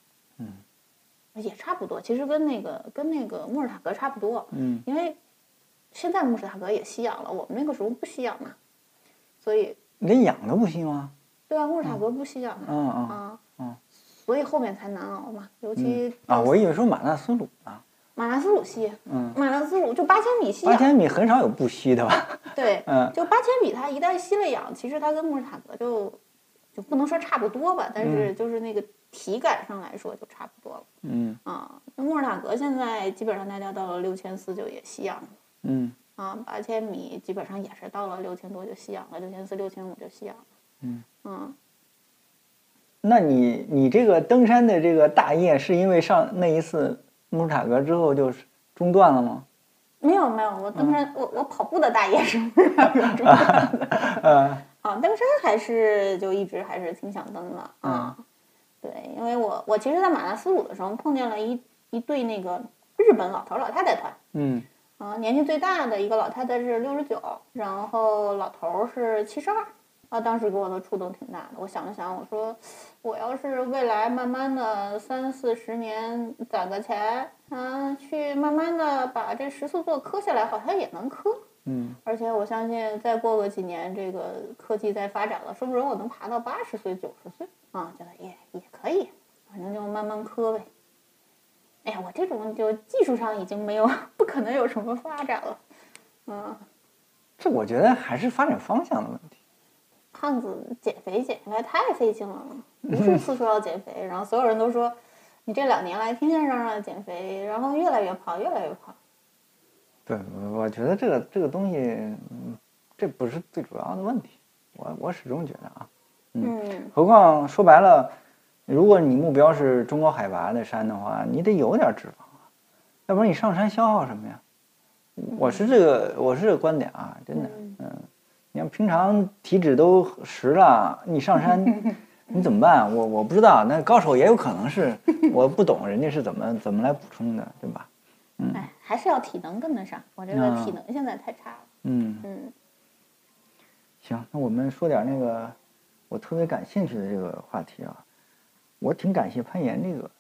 S2: 嗯，
S1: 也差不多，其实跟那个跟那个穆尔塔格差不多，
S2: 嗯
S1: 因为现在穆尔塔格也吸氧了，我们那个时候不吸氧嘛，所以
S2: 连氧都不吸吗？
S1: 对啊，穆尔塔格不吸氧嘛，
S2: 嗯嗯
S1: 啊，
S2: 嗯
S1: 所以后面才难熬嘛，尤其
S2: 嗯啊，我以为说马纳斯鲁啊，
S1: 马纳斯鲁吸，
S2: 嗯，
S1: 马纳斯鲁就八千米吸
S2: 八
S1: 氧。
S2: 千米很少有不吸的吧？ (laughs)
S1: 对，
S2: 嗯
S1: 就八千米，它一旦吸了氧，其实它跟穆尔塔格就就不能说差不多吧，但是就是那个体感上来说就差不多了
S2: 嗯
S1: 啊。那穆尔塔格现在基本上大家到了六千四就也吸氧了
S2: 嗯
S1: 啊，八千米基本上也是到了六千多就吸氧了，六千四、六千五就吸氧了。
S2: 嗯
S1: 嗯，
S2: 那你你这个登山的这个大业，是因为上那一次穆塔格之后就是中断了吗？
S1: 没有没有，我登
S2: 嗯
S1: 山、我我跑步的大爷是穆尔
S2: (laughs)
S1: 塔格中的
S2: 呃，
S1: 啊，登山还是就一直还是挺想登的
S2: 嗯
S1: 啊。对，因为我我其实，在马纳斯鲁的时候碰见了一一对那个日本老头老太太团
S2: 嗯
S1: 啊，年纪最大的一个老太太是六十九，然后老头儿是七十二。啊，当时给我的触动挺大的。我想了想，我说，我要是未来慢慢的三四十年攒个钱，啊，去慢慢的把这十四座磕下来，好像也能磕。
S2: 嗯
S1: 而且我相信，再过个几年，这个科技再发展了，说不准我能爬到八十岁、九十岁啊，觉得也也可以，反正就慢慢磕呗。哎呀，我这种就技术上已经没有，不可能有什么发展了。嗯，
S2: 这我觉得还是发展方向的问题。
S1: 胖子减肥减下来太费劲了，无数次说要减肥，然后所有人都说你这两年来天天嚷嚷减肥，然后越来越胖，越来越胖。
S2: 对，我我觉得这个这个东西，嗯，这不是最主要的问题。我我始终觉得啊，
S1: 嗯，
S2: 何况说白了，如果你目标是中高海拔的山的话，你得有点脂肪啊，要不然你上山消耗什么呀？我是这个，我是这个观点啊，真的，
S1: 嗯
S2: 嗯，你要平常体脂都十了，你上山你怎么办？啊我我不知道，那高手也有可能是我不懂人家是怎么怎么来补充的，对吧？
S1: 哎，还是要体能跟得上，我这个
S2: 嗯
S1: 体能现在太差了。
S2: 嗯。
S1: 嗯
S2: 行，那我们说点那个我特别感兴趣的这个话题啊。我挺感谢攀岩这个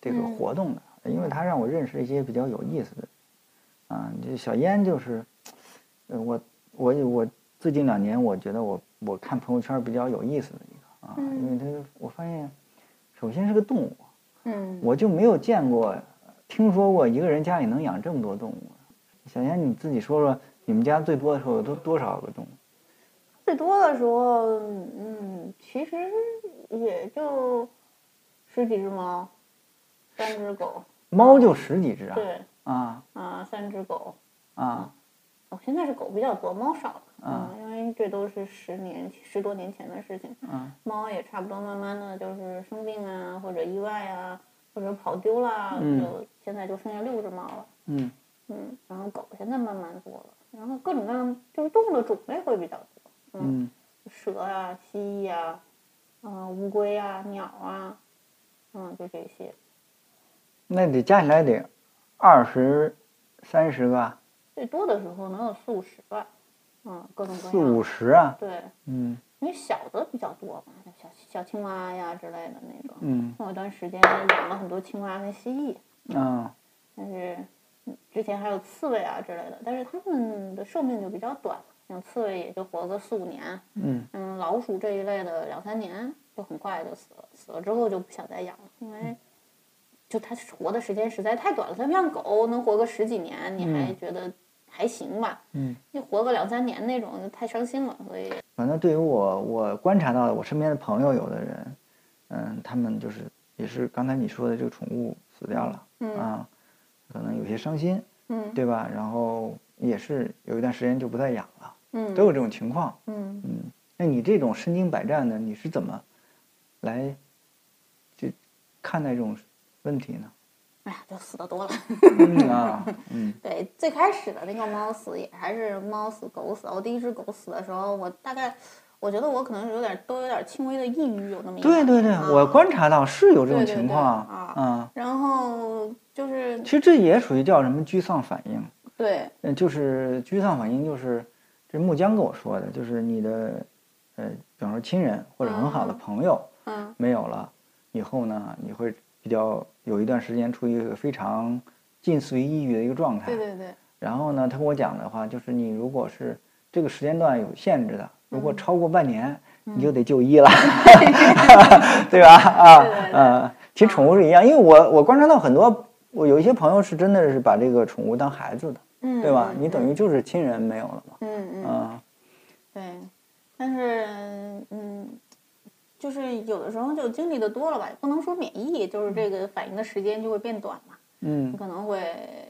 S2: 这个
S1: 嗯
S2: 活动的，因为它让我认识一些比较有意思的。啊，这小烟就是，呃，我我我最近两年我觉得我我看朋友圈比较有意思的一个啊，因为它我发现，首先是个动物，
S1: 嗯，
S2: 我就没有啊见过、听说过一个人家里能养这么多动物。小燕，你自己说说你们家最多的时候有多多少个动物？
S1: 最多的时候，嗯，其实也就十几只猫，三只狗，
S2: 猫就十几只啊？
S1: 对，
S2: 啊
S1: 啊、三只狗。
S2: 啊
S1: 我、现在是狗比较多，猫少了，
S2: 啊
S1: 嗯，因为这都是十年、十多年前的事情。
S2: 啊
S1: 猫也差不多，慢慢的就是生病啊，或者意外啊，或者跑丢啦，
S2: 嗯
S1: 就现在就剩下六只猫了。
S2: 嗯
S1: 嗯，然后狗现在慢慢多了，然后各种各样就是动物的种类会比较多，
S2: 嗯
S1: 蛇啊、蜥蜴啊，嗯、乌龟啊、鸟啊，嗯，就这些。
S2: 那得加起来得二十三十个啊，
S1: 最多的时候能有四五十吧，嗯，各种各样。
S2: 四五十啊？
S1: 对，
S2: 嗯
S1: 因为小的比较多嘛，像小小青蛙呀之类的那种。
S2: 嗯
S1: 我有一段时间养了很多青蛙跟蜥蜴，
S2: 啊
S1: 但是嗯之前还有刺猬啊之类的，但是它们的寿命就比较短，像刺猬也就活个四五年，
S2: 嗯
S1: 嗯，老鼠这一类的两三年就很快就死了，死了之后就不想再养了，因
S2: 嗯
S1: 为就它活的时间实在太短了，它不像狗能活个十几年，你还
S2: 嗯
S1: 觉得还行吧，
S2: 嗯。
S1: 你活个两三年那种就太伤心了，所以
S2: 反正对于我，我观察到的，我身边的朋友有的人，嗯，他们就是也是刚才你说的这个宠物死掉了、
S1: 嗯
S2: 啊，可能有些伤心，
S1: 嗯
S2: 对吧？然后也是有一段时间就不再养了，
S1: 嗯
S2: 都有这种情况。
S1: 嗯。
S2: 嗯，那你这种身经百战的，你是怎么来就看待这种问题
S1: (laughs)
S2: 呢？
S1: 哎呀，就死的多了。 (laughs)
S2: 嗯啊，嗯
S1: 对，最开始的那个猫死也还是猫死狗死。我哦第一只狗死的时候，我大概我觉得我可能有点都有点轻微的抑郁，有那么一
S2: 对
S1: 两
S2: 对
S1: 天
S2: 对，
S1: 啊
S2: 我观察到是有这种
S1: 对对
S2: 情
S1: 对
S2: 况
S1: 啊
S2: 啊。
S1: 然后就是
S2: 其实这也属于叫什么居丧反应。
S1: 对，
S2: 嗯，就是居丧反应，就是这木江跟我说的，就是你的，呃，比方说亲人或者很好的
S1: 嗯
S2: 朋友
S1: 嗯
S2: 没有了以后呢，你会比较有一段时间处于一个非常近似于抑郁的一个状态。
S1: 对对对，
S2: 然后呢，他跟我讲的话就是，你如果是这个时间段有限制的，如
S1: 嗯
S2: 果超过半年，你就得就
S1: (laughs)
S2: 医了，对吧？啊，
S1: 对对对
S2: 呃，其实宠物是一样，因为我我观察到很多，我有一些朋友是真的是把这个宠物当孩子的。
S1: 嗯，
S2: 对吧？
S1: 嗯
S2: 你等于就是亲人没有了嘛，
S1: 嗯嗯嗯
S2: 啊，
S1: 对，但是嗯。就是有的时候就经历的多了吧，也不能说免疫，就是这个反应的时间就会变短嘛。
S2: 嗯
S1: 你可能会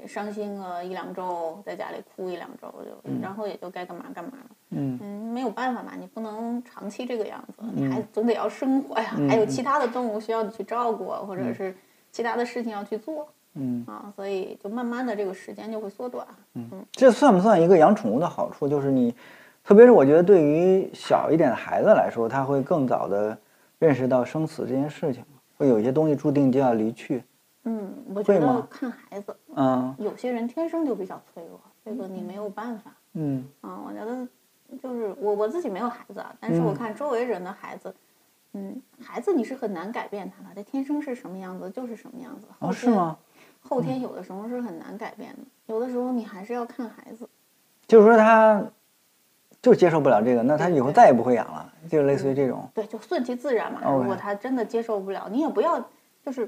S1: 伤心个一两周，在家里哭一两周，就
S2: 嗯
S1: 然后也就该干嘛干嘛了。
S2: 嗯
S1: 嗯，没有办法嘛，你不能长期这个样子，你还总得要生活呀，
S2: 嗯
S1: 还有
S2: 嗯
S1: 其他的动物需要你去照顾，啊或者是其他的事情要去做
S2: 嗯，
S1: 啊，所以就慢慢的这个时间就会缩短。
S2: 这算不算一个养宠物的好处？就是你，特别是我觉得对于小一点的孩子来说，他会更早的认识到生死这件事情，会有一些东西注定就要离去，
S1: 嗯，我
S2: 会
S1: 觉得
S2: 吗
S1: 看孩子，
S2: 嗯
S1: 有些人天生就比较脆弱，这个你没有办法
S2: 嗯
S1: 啊。我觉得就是我我自己没有孩子啊，但是我
S2: 嗯
S1: 看周围人的孩子。嗯，孩子你是很难改变他的，他天生是什么样子就是什么样子。
S2: 啊
S1: 后
S2: 是
S1: 天？
S2: 吗？嗯
S1: 后天有的时候是很难改变的，有的时候你还是要看孩子。
S2: 就是说他就接受不了这个，那他以后
S1: 对对
S2: 再也不会养了，就类似于这种，
S1: 对，就顺其自然嘛。
S2: OK
S1: 如果他真的接受不了，你也不要就是，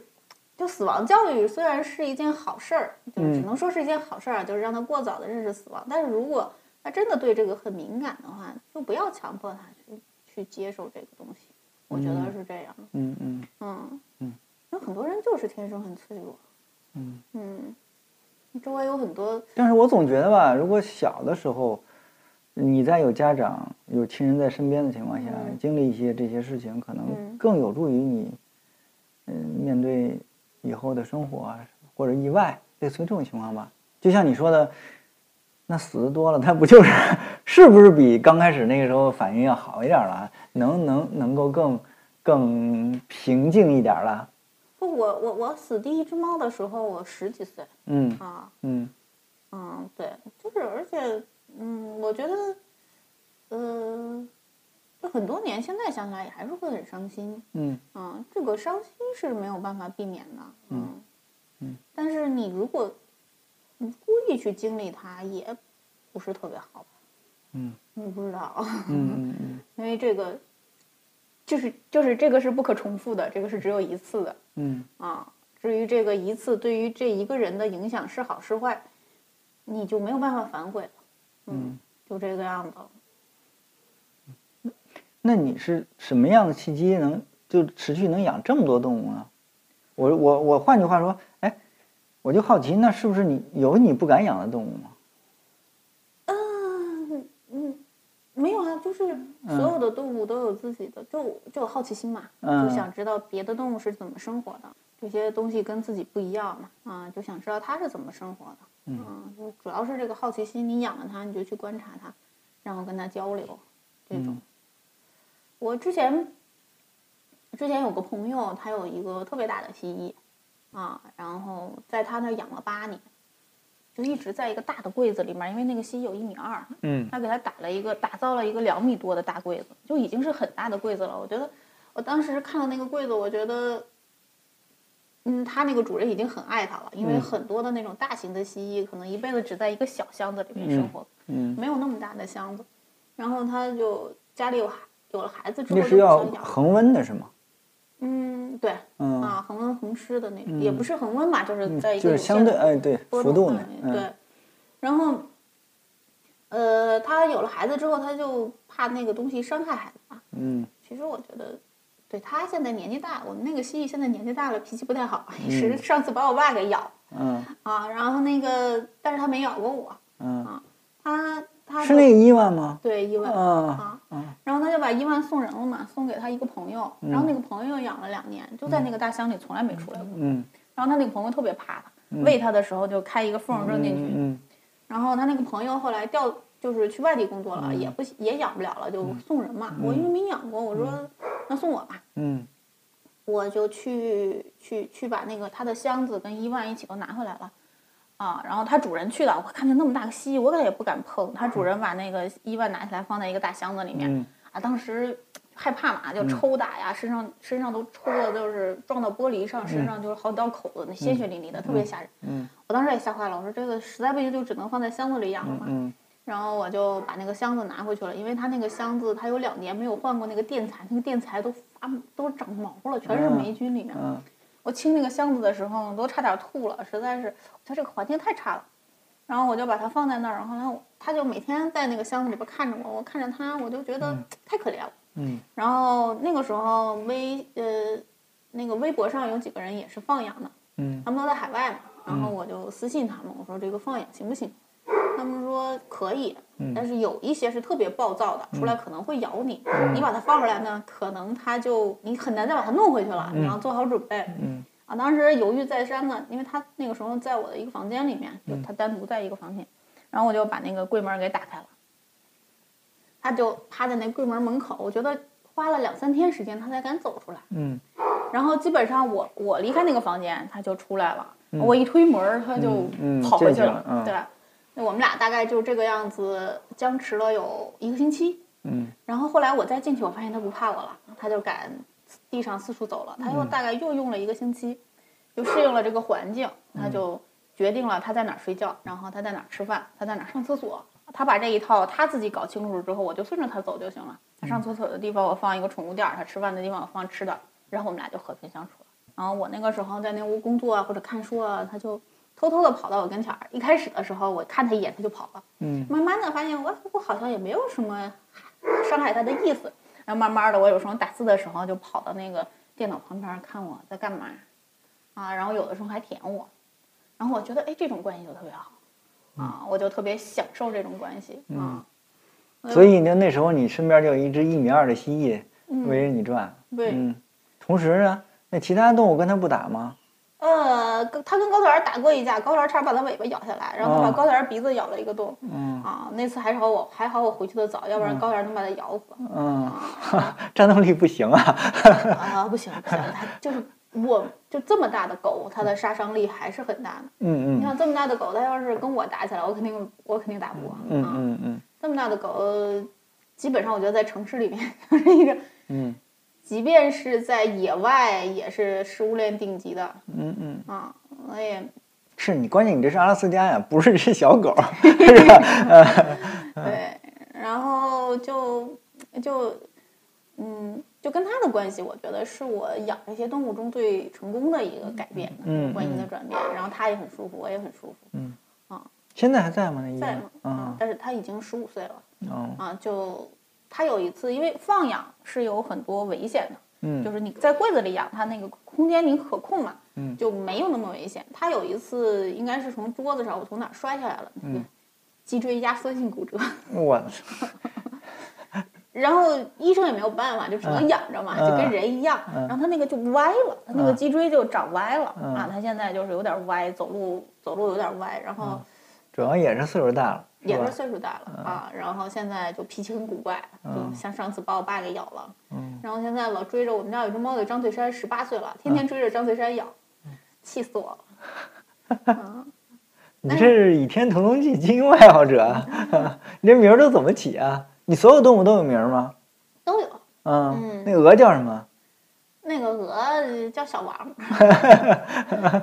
S1: 就死亡教育虽然是一件好事儿，就是只
S2: 嗯
S1: 能说是一件好事儿啊，就是让他过早的认识死亡。但是如果他真的对这个很敏感的话，就不要强迫他去去接受这个东西。我觉得
S2: 嗯
S1: 是这样的，
S2: 嗯嗯
S1: 嗯
S2: 嗯，
S1: 有很多人就是天生很脆弱，
S2: 嗯。
S1: 嗯，周围有很多，
S2: 但是我总觉得吧，如果小的时候，你在有家长、有亲人在身边的情况下，
S1: 嗯
S2: 经历一些这些事情，可能
S1: 嗯
S2: 更有助于你，嗯，面对以后的生活啊或者意外，类似于这种情况吧。就像你说的，那死的多了，他不就是是不是比刚开始那个时候反应要好一点了？能能能够更更平静一点了？
S1: 不，我我我死第一只猫的时候，我十几岁
S2: 嗯
S1: 啊，
S2: 嗯
S1: 嗯，对，就是，而且，嗯，我觉得，呃，就很多年，现在想起来也还是会很伤心。
S2: 嗯
S1: 嗯，这个伤心是没有办法避免的。
S2: 嗯嗯
S1: 但是你如果你故意去经历它，也不是特别好。
S2: 嗯
S1: 你不知道， (laughs)
S2: 嗯嗯嗯
S1: 因为这个就是就是这个是不可重复的，这个是只有一次的。
S2: 嗯
S1: 啊。至于这个一次对于这一个人的影响是好是坏，你就没有办法反悔了。嗯，就这个样子。
S2: 那你是什么样的契机能就持续能养这么多动物呢？我我我，换句话说，哎，我就好奇，那是不是你有你不敢养的动物吗？
S1: 嗯嗯，没有啊，就是
S2: 嗯
S1: 所有的动物都有自己的，就就有好奇心嘛，
S2: 嗯
S1: 就想知道别的动物是怎么生活的，这些东西跟自己不一样嘛，啊、就想知道它是怎么生活的，啊
S2: 嗯
S1: 就主要是这个好奇心，你养了它，你就去观察它，然后跟它交流，这种。
S2: 嗯
S1: 我之前之前有个朋友，他有一个特别大的蜥蜴，啊，然后在他那儿养了八年，就一直在一个大的柜子里面，因为那个蜥蜴有一米二，
S2: 嗯
S1: 他给他打了一个打造了一个两米多的大柜子，就已经是很大的柜子了。我觉得我当时看到那个柜子，我觉得，嗯，他那个主人已经很爱他了，因为
S2: 嗯
S1: 很多的那种大型的蜥蜴，可能一辈子只在一个小箱子里面生活，
S2: 嗯，
S1: 没有那么大的箱子。然后他就家里有孩有了孩子之后
S2: 那
S1: 就是不
S2: 要
S1: 想养，
S2: 恒温的是吗？
S1: 嗯，对，
S2: 嗯
S1: 啊，恒温恒湿的那种，
S2: 嗯
S1: 也不是恒温吧，就是
S2: 嗯
S1: 在一，个
S2: 就
S1: 有
S2: 是
S1: 限
S2: 相
S1: 的
S2: 对哎对
S1: 波
S2: 幅
S1: 动
S2: 度
S1: 范
S2: 呢
S1: 围，
S2: 嗯
S1: 对，然后，呃，他有了孩子之后，他就怕那个东西伤害孩子嘛。
S2: 嗯
S1: 其实我觉得，对他现在年纪大，我们那个蜥蜴现在年纪大了，脾气不太好， (laughs) 也是上次把我爸给咬
S2: 嗯
S1: 啊。然后那个，但是他没咬过我，
S2: 嗯，
S1: 啊他他
S2: 是那个伊万吗？
S1: 对伊万
S2: 啊
S1: 啊，
S2: 啊
S1: 然后他就把伊万送人了嘛，送给他一个朋友，
S2: 嗯
S1: 然后那个朋友养了两年，就在那个大箱里从来没出来过。
S2: 嗯
S1: 然后他那个朋友特别怕他，喂他的时候就开一个缝扔进去。
S2: 嗯
S1: 然后他那个朋友后来调，就是去外地工作了，
S2: 嗯
S1: 也不也养不了了，就送人嘛。我因为没养过，我说那送我吧，
S2: 嗯
S1: 我就去去去把那个他的箱子跟伊万一起都拿回来了。啊，然后他主人去了，我看见那么大个蜥蜴，我可也不敢碰。他主人把那个伊万拿起来放在一个大箱子里面，
S2: 嗯
S1: 啊，当时害怕嘛，就抽打呀，身上身上都抽的，就是撞到玻璃上，身上就是好几道口子，那鲜血淋漓的，特别吓人。
S2: 嗯
S1: 我当时也吓坏了，我说这个实在不行就只能放在箱子里养了嘛。
S2: 嗯
S1: 然后我就把那个箱子拿回去了，因为它那个箱子它有两年没有换过那个电材，那个电材都发都长毛了，全是
S2: 嗯
S1: 霉菌里面。
S2: 嗯
S1: 我清那个箱子的时候都差点吐了，实在是它这个环境太差了。然后我就把它放在那儿，然后呢，它就每天在那个箱子里边看着我，我看着它，我就觉得太可怜了。
S2: 嗯
S1: 然后那个时候微呃那个微博上有几个人也是放养的，
S2: 嗯
S1: 他们都在海外嘛，然后我就私信他们，我说这个放养行不行？他们说可以，但是有一些是特别暴躁的，出来可能会咬你。你把它放出来呢，可能它就你很难再把它弄回去了，你要做好准备。
S2: 嗯
S1: 啊，当时犹豫再三呢，因为他那个时候在我的一个房间里面，就他单独在一个房间，然后我就把那个柜门给打开了，他就趴在那柜门门口，我觉得花了两三天时间他才敢走出来。
S2: 嗯
S1: 然后基本上我我离开那个房间，他就出来了。我一推门儿，他就
S2: 嗯嗯嗯
S1: 跑回去
S2: 进去了嗯
S1: 对，那我们俩大概就这个样子僵持了有一个星期。
S2: 嗯
S1: 然后后来我再进去，我发现他不怕我了，他就敢地上四处走了。他又大概又用了一个星期，就适应了这个环境，他就决定了他在哪儿睡觉，然后他在哪儿吃饭，他在哪儿上厕所。他把这一套他自己搞清楚之后，我就顺着他走就行了。他上厕所的地方我放一个宠物垫儿，他吃饭的地方我放吃的，然后我们俩就和平相处了。然后我那个时候在那屋工作啊或者看书啊，他就偷偷的跑到我跟前儿。一开始的时候我看他一眼他就跑了，
S2: 嗯
S1: 慢慢的发现我我好像也没有什么伤害他的意思。然后慢慢的，我有时候打字的时候就跑到那个电脑旁边看我在干嘛，啊，然后有的时候还舔我，然后我觉得哎这种关系就特别好，啊，
S2: 嗯
S1: 我就特别享受这种关系啊。
S2: 所以呢，那时候你身边就有一只一米二的蜥蜴围着你转。
S1: 嗯对，
S2: 嗯，同时呢，那其他动物跟它不打吗？
S1: 呃，跟他跟高碴儿打过一架，高碴儿差点把他尾巴咬下来，然后他把
S2: 哦
S1: 高碴儿鼻子咬了一个洞。
S2: 嗯
S1: 啊，那次还好我还好我回去的早，要不然高碴儿能把他咬死。
S2: 嗯， (laughs) 战斗力不
S1: (laughs)
S2: 行啊。
S1: 啊，不行不行，
S2: (laughs)
S1: 它就是我就这么大的狗，它的杀伤力还是很大的。
S2: 嗯
S1: 你
S2: 嗯
S1: 像这么大的狗，它要是跟我打起来，我肯定我肯定打不过。
S2: 嗯
S1: 啊，
S2: 嗯嗯
S1: 这么大的狗，呃基本上我觉得在城市里面就是一个，
S2: 嗯
S1: 即便是在野外也是食物链顶级的
S2: 嗯嗯，
S1: 啊。我也
S2: 是你，关键你这是阿拉斯加呀，不是只小
S1: (laughs)
S2: 狗。
S1: 对，
S2: 嗯
S1: 然后就就嗯，就跟它的关系，我觉得是我养这些动物中最成功的一个改变的
S2: 嗯
S1: 关系的
S2: 嗯
S1: 转变。然后它也很舒服，我也很舒服。
S2: 嗯
S1: 啊，
S2: 现在还在吗？那医
S1: 在
S2: 院
S1: 嘛，
S2: 嗯
S1: 但是他已经十五岁了
S2: 嗯
S1: 啊，就他有一次，因为放养是有很多危险的，就
S2: 嗯
S1: 是你在柜子里养，它那个空间你可控嘛，
S2: 嗯
S1: 就没有那么危险。他有一次应该是从桌子上，我从哪儿摔下来了，
S2: 嗯
S1: 脊椎压缩性骨折，
S2: 我
S1: 然后医生也没有办法，就只能
S2: 嗯
S1: 养着嘛，
S2: 嗯
S1: 就跟人一样。
S2: 嗯
S1: 然后他那个就歪了，他那个
S2: 嗯
S1: 脊椎就长歪了、
S2: 嗯
S1: 啊，他现在就是有点歪，走路走路有点歪，然后
S2: 主要也是岁数大了，
S1: 也
S2: 嗯吧
S1: 是岁数大了、啊，然后现在就脾气很古怪，
S2: 嗯
S1: 就像上次把我爸给咬了，
S2: 嗯
S1: 然后现在老追着我们家有只猫叫张翠山，十八岁了，天
S2: 嗯
S1: 天追着张翠山咬，气死我了。
S2: 你这
S1: 哎
S2: 是《倚天屠龙记》精英爱好
S1: (laughs)
S2: 者啊，你这名儿都怎么起啊？你所有动物都有名儿吗？
S1: 都有
S2: 嗯
S1: 嗯，
S2: 那鹅叫什么？
S1: 那个鹅叫小
S2: (laughs)
S1: 王，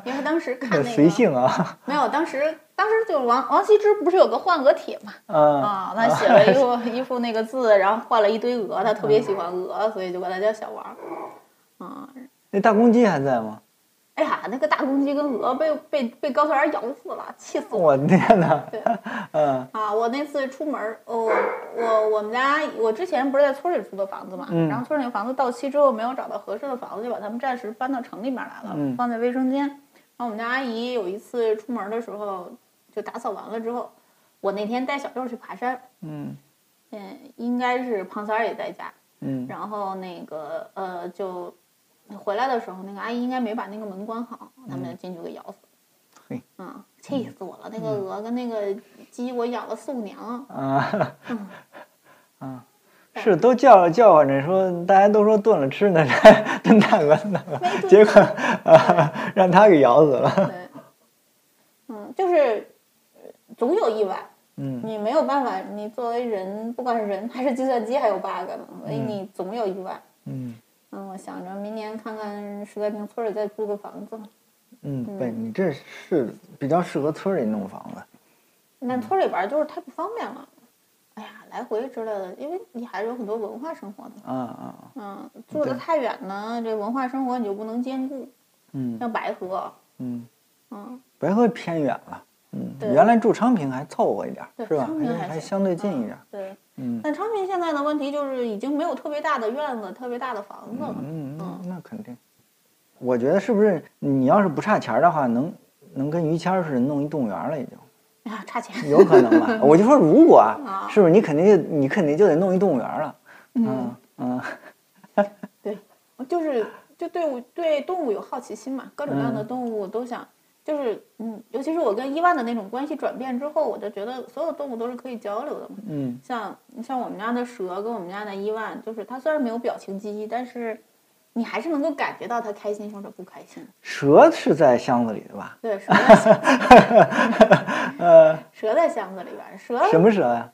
S1: 因为当时看那个
S2: 随性啊，
S1: 没有，当时当时就是王王羲之不是有个换鹅帖嘛。
S2: 嗯
S1: 啊，他写了一副一副那个字，然后画了一堆鹅，他特别喜欢
S2: 嗯
S1: 鹅，所以就管它叫小王儿。啊，
S2: 那大公鸡还在吗？
S1: 哎呀，那个大公鸡跟鹅被被被高跷眼咬死了，气死我！
S2: 我的天哪
S1: 对！
S2: 嗯
S1: 啊，我那次出门儿，哦，我我们家我之前不是在村里租的房子嘛，
S2: 嗯
S1: 然后村里房子到期之后没有找到合适的房子，就把他们暂时搬到城里面来了，
S2: 嗯
S1: 放在卫生间。然后我们家阿姨有一次出门的时候，就打扫完了之后，我那天带小六去爬山，
S2: 嗯
S1: 嗯，应该是胖三儿也在家，
S2: 嗯
S1: 然后那个呃，就回来的时候，那个阿姨应该没把那个门关好，他们进去给咬死了。
S2: 嗯嘿嗯
S1: 啊，气死我了！那个鹅跟那个鸡，我咬了四五年
S2: (laughs)
S1: 了。
S2: 啊
S1: 嗯
S2: 啊，是都叫叫唤着说，大家都说炖了吃呢，炖大
S1: (laughs)
S2: 鹅炖大鹅，
S1: 没炖
S2: 结果啊让他给咬死了。
S1: 对，嗯，就是呃总有意外，
S2: 嗯
S1: 你没有办法。你作为人，不管是人还是计算机，还有 bug 呢，所以你总有意外。
S2: 嗯
S1: 嗯，我想着明年看看石在坪村里再租个房子。
S2: 嗯，对你这是比较适合村里弄房子。
S1: 那
S2: 嗯
S1: 村里边儿就是太不方便了，哎呀，来回之类的，因为你还是有很多文化生活的嘛。
S2: 啊啊，
S1: 嗯，住的
S2: 对
S1: 太远呢，这文化生活你就不能兼顾。
S2: 嗯
S1: 像白河，
S2: 嗯，
S1: 嗯，
S2: 白河偏远了。嗯，
S1: 对
S2: 原来住昌平还凑合一点儿，
S1: 对
S2: 是吧？
S1: 昌平
S2: 还
S1: 还行
S2: 相对近一点儿。
S1: 对。
S2: 嗯
S1: 但昌平现在的问题就是已经没有特别大的院子、特别大的房子了。
S2: 嗯，那
S1: 嗯
S2: 那肯定。我觉得是不是你要是不差钱儿的话，能能跟于谦儿似的弄一动物园儿了，已
S1: (laughs)
S2: 经
S1: 哎呀，差钱。
S2: 有可能吧？我就说如果啊
S1: (laughs) 啊，
S2: 是不是你肯定就你肯定就得弄一动物园儿了？
S1: 嗯，
S2: 嗯
S1: (laughs) 对，就是就对我对动物有好奇心嘛，各种各样的
S2: 嗯
S1: 动物我都想。就是嗯，尤其是我跟伊万的那种关系转变之后，我就觉得所有动物都是可以交流的嘛。
S2: 嗯
S1: 像像我们家的蛇跟我们家的伊万，就是它虽然没有表情记忆，但是你还是能够感觉到它开心或者不开心。
S2: 蛇是在箱子里的吧？
S1: 对，蛇在箱子
S2: (laughs) 呃，
S1: 蛇在箱子里边，蛇
S2: 什么蛇呀、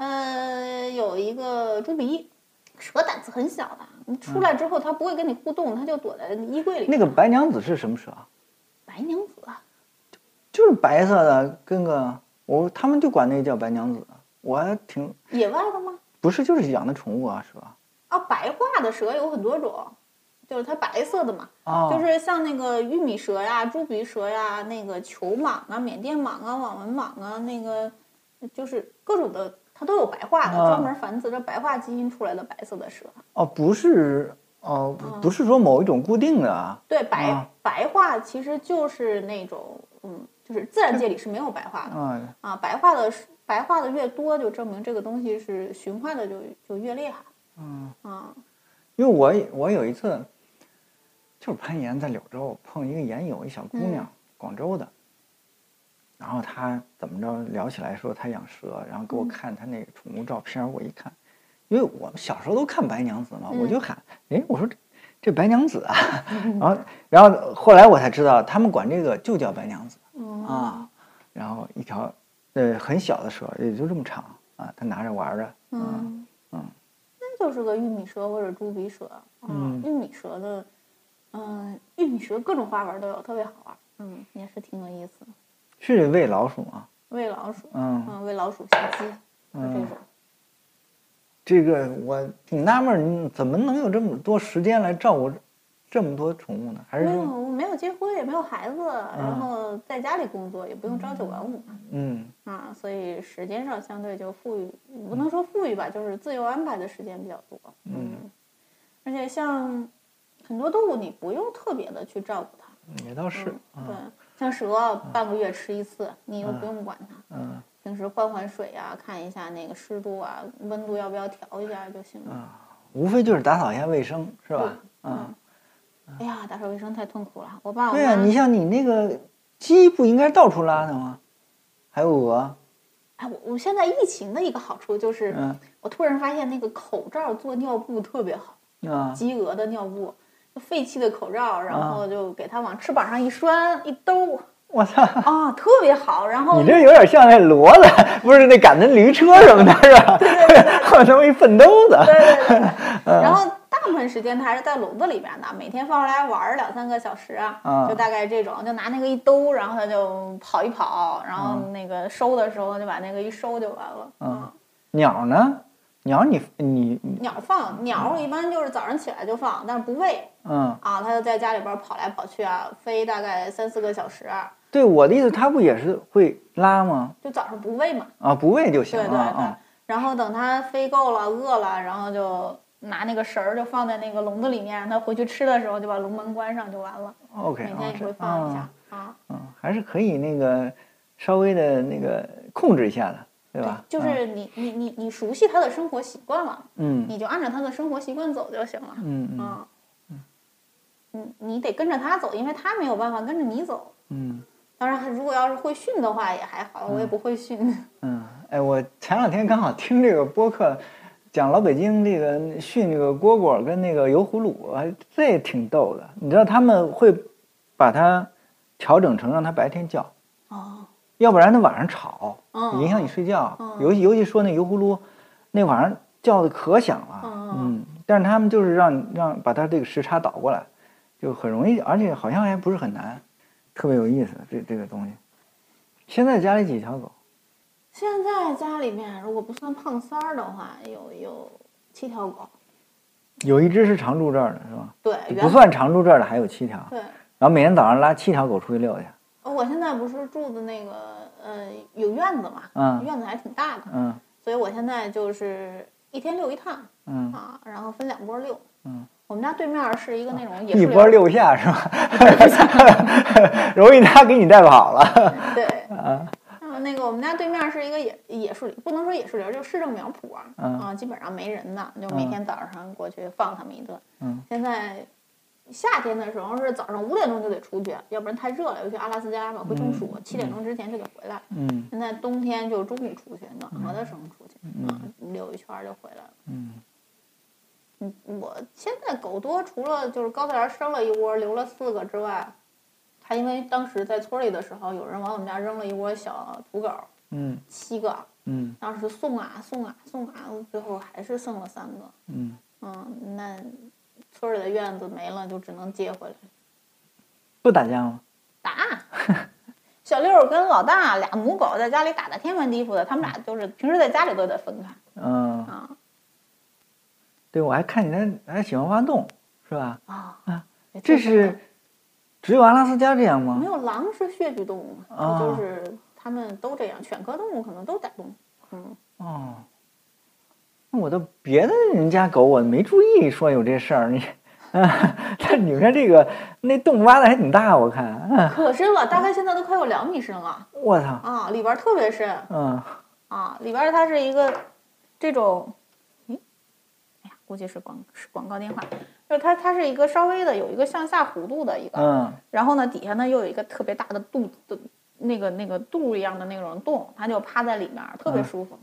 S1: 呃有一个猪鼻，蛇胆子很小的，你出来之后它不会跟你互动，它就躲在衣柜里。
S2: 嗯那个白娘子是什么蛇啊？
S1: 白娘子啊，
S2: 就是白色的，跟个我他们就管那个叫白娘子，我还挺
S1: 野外的吗？
S2: 不是就是养的宠物啊，蛇
S1: 啊，白化的蛇有很多种，就是它白色的嘛，
S2: 啊，
S1: 就是像那个玉米蛇呀、猪鼻蛇呀、那个球蟒啊、缅甸蟒啊、网纹蟒啊，那个就是各种的，它都有白化的，
S2: 啊
S1: 专门繁殖着白化基因出来的白色的蛇。
S2: 哦不是哦不
S1: 嗯
S2: 不是说某一种固定的啊，
S1: 对，白、
S2: 啊
S1: 白化其实就是那种，嗯，就是自然界里是没有白化的
S2: 嗯
S1: 啊，白化的是白化的越多，就证明这个东西是驯化的就就越厉害
S2: 嗯。
S1: 啊。
S2: 因为我也我有一次，就是攀岩在柳州碰一个岩友，一小姑娘，
S1: 嗯
S2: 广州的。然后她怎么着聊起来说她养蛇，然后给我
S1: 嗯
S2: 看她那个宠物照片儿，我一看，因为我们小时候都看白娘子嘛，我
S1: 嗯
S2: 就喊，哎，我说这这白娘子啊，然后然后后来我才知道他们管这个就叫白娘子
S1: 嗯
S2: 啊，然后一条呃很小的蛇，也就这么长啊，她拿着玩儿着，
S1: 嗯
S2: 嗯，
S1: 那就是个玉米蛇或者猪鼻蛇。啊
S2: 嗯
S1: 玉米蛇的，嗯，玉米蛇各种花纹都有，特别好玩。嗯，也是挺有意思的。
S2: 是得喂老鼠吗？
S1: 喂老鼠，
S2: 嗯
S1: 嗯，喂老鼠、下鸡，就这
S2: 嗯
S1: 种。
S2: 这个我挺纳闷儿，你怎么能有这么多时间来照顾这么多宠物呢？还是
S1: 没有，
S2: 说，
S1: 我没有结婚，也没有孩子，然后在家里工作，也不用朝九晚五嘛
S2: 嗯
S1: 啊，所以时间上相对就富裕，不能说富裕吧，就是自由安排的时间比较多。
S2: 嗯，
S1: 而且像很多动物，你不用特别的去照顾它。
S2: 也倒是，
S1: 对
S2: 嗯，
S1: 像蛇半个月吃一次，你又不用管它，
S2: 嗯
S1: 平时换换水啊，看一下那个湿度啊、温度要不要调一下就行了。
S2: 嗯，无非就是打扫一下卫生，是吧？嗯
S1: 嗯，哎呀，打扫卫生太痛苦了。我爸我
S2: 对呀、啊
S1: 妈，
S2: 你像你那个鸡不应该到处拉的吗？还有鹅，
S1: 哎，我我现在疫情的一个好处就是，
S2: 嗯
S1: 我突然发现那个口罩做尿布特别好，
S2: 啊，
S1: 鸡鹅的尿布，就废弃的口罩，然后就给它往翅膀上一拴一
S2: (laughs)
S1: 兜，
S2: 我操！
S1: 啊，特别好。然后
S2: 你这有点像那骡子，不是那赶那驴车什么的，是吧？ (laughs) 好像一粪兜子。
S1: 对对对，
S2: (laughs)
S1: 然
S2: 嗯
S1: 后大部分时间它还是在笼子里边的，每天放出来玩儿两三个小时
S2: 嗯
S1: 啊，就大概这种，就拿那个一兜，然后它就跑一跑，然后那个收的时候就把那个一收就完了。
S2: 嗯，鸟呢？鸟你你
S1: 鸟放鸟儿一般就是早上起来就放，但是不喂
S2: 嗯，
S1: 啊，它就在家里边跑来跑去啊，飞大概三四个小时，啊
S2: 对我的意思，它不也是会拉吗？
S1: 就早上不喂嘛。
S2: 啊，不喂就行
S1: 对对
S2: 了
S1: 对，
S2: 啊。
S1: 然后等它飞够了、饿了，然后就拿那个绳儿就放在那个笼子里面，它回去吃的时候就把笼门关上就完了。
S2: OK，
S1: 每
S2: 啊
S1: 天也
S2: 这
S1: 会放一
S2: 啊
S1: 下啊。
S2: 嗯，还是可以那个稍微的那个控制一下的，对吧？
S1: 就
S2: 嗯
S1: 是你你你你熟悉他的生活习惯了，
S2: 嗯
S1: 你就按照他的生活习惯走就行了。
S2: 嗯嗯
S1: 嗯，嗯，你得跟着他走，因为他没有办法跟着你走。
S2: 嗯
S1: 当然，如果要是会训的话也还好，我也不会训。
S2: 嗯，哎，我前两天刚好听这个播客。讲老北京这个训这个蝈蝈跟那个油葫芦，哎这也挺逗的。你知道他们会把它调整成让它白天叫，
S1: 哦，
S2: 要不然它晚上吵，
S1: 嗯
S2: 影响你睡觉。
S1: 嗯
S2: 尤其尤其说那油葫芦，那晚上叫的可响了。
S1: 嗯
S2: 嗯，但是他们就是让让把它这个时差倒过来，就很容易，而且好像还不是很难，特别有意思。这这个东西，现在家里几条狗？
S1: 现在家里面如果不算胖三儿的话，有有七条狗，
S2: 有一只是常住这儿的，是吧？
S1: 对，原
S2: 不算常住这儿的还有七条，
S1: 对。
S2: 然后每天早上拉七条狗出去遛去。
S1: 呃我现在不是住的那个呃有院子嘛，
S2: 嗯
S1: 院子还挺大的，
S2: 嗯
S1: 所以我现在就是一天遛一趟，
S2: 嗯，
S1: 啊，然后分两波遛。
S2: 嗯，
S1: 我们家对面儿是一个那种也是
S2: 一波
S1: 遛，
S2: 六下是吧？容易它给你带跑了。
S1: 对，
S2: 啊
S1: 然后那个我们家对面儿是一个野野树林，不能说野树林儿，就市政苗圃啊，
S2: 嗯
S1: 啊，基本上没人的，就每天早上过去放他们一顿。
S2: 嗯，
S1: 现在夏天的时候是早上五点钟就得出去，要不然太热了，尤其阿拉斯加嘛，会中暑，七点钟之前就得回来。
S2: 嗯
S1: 现在冬天就中午出去，暖和的时候出去，啊，溜一圈儿就回来了。
S2: 嗯。
S1: 嗯，我现在狗多，除了就是高材儿生了一窝，留了四个之外，还因为当时在村里的时候，有人往我们家扔了一窝小土狗，
S2: 嗯
S1: 七个，
S2: 嗯
S1: 当时送啊送啊送啊，最后还是剩了三个。
S2: 嗯，
S1: 嗯，那村里的院子没了，就只能接回来
S2: 不打架吗？
S1: 打。小六儿跟老大俩母狗在家里打得天翻地覆的，他们俩就是平时在家里都得分开
S2: 嗯，
S1: 啊
S2: 对，我还看你还还喜欢挖洞，是吧？
S1: 啊
S2: 啊这是只有阿拉斯加这样
S1: 没
S2: 吗？
S1: 有狼是穴居动物嘛，
S2: 啊
S1: 它就是它们都这样，犬科动物可能都改动。嗯，
S2: 哦，那我到别的人家狗我没注意说有这事儿，你，啊，但你们家这个那洞挖的还挺大，我看，嗯，
S1: 可深了，大概现在都快有两米深了
S2: 我操，
S1: 啊，里边儿特别深
S2: 嗯
S1: 啊，里边儿它是一个这种，诶，哎呀，估计是广是广告电话，啊就是它它是一个稍微的有一个嗯向下弧度的一个，
S2: 嗯
S1: 然后呢底下呢又有一个特别大的肚子，那个那个肚一样的那种洞，它就趴在里面儿，特别
S2: 嗯
S1: 舒服，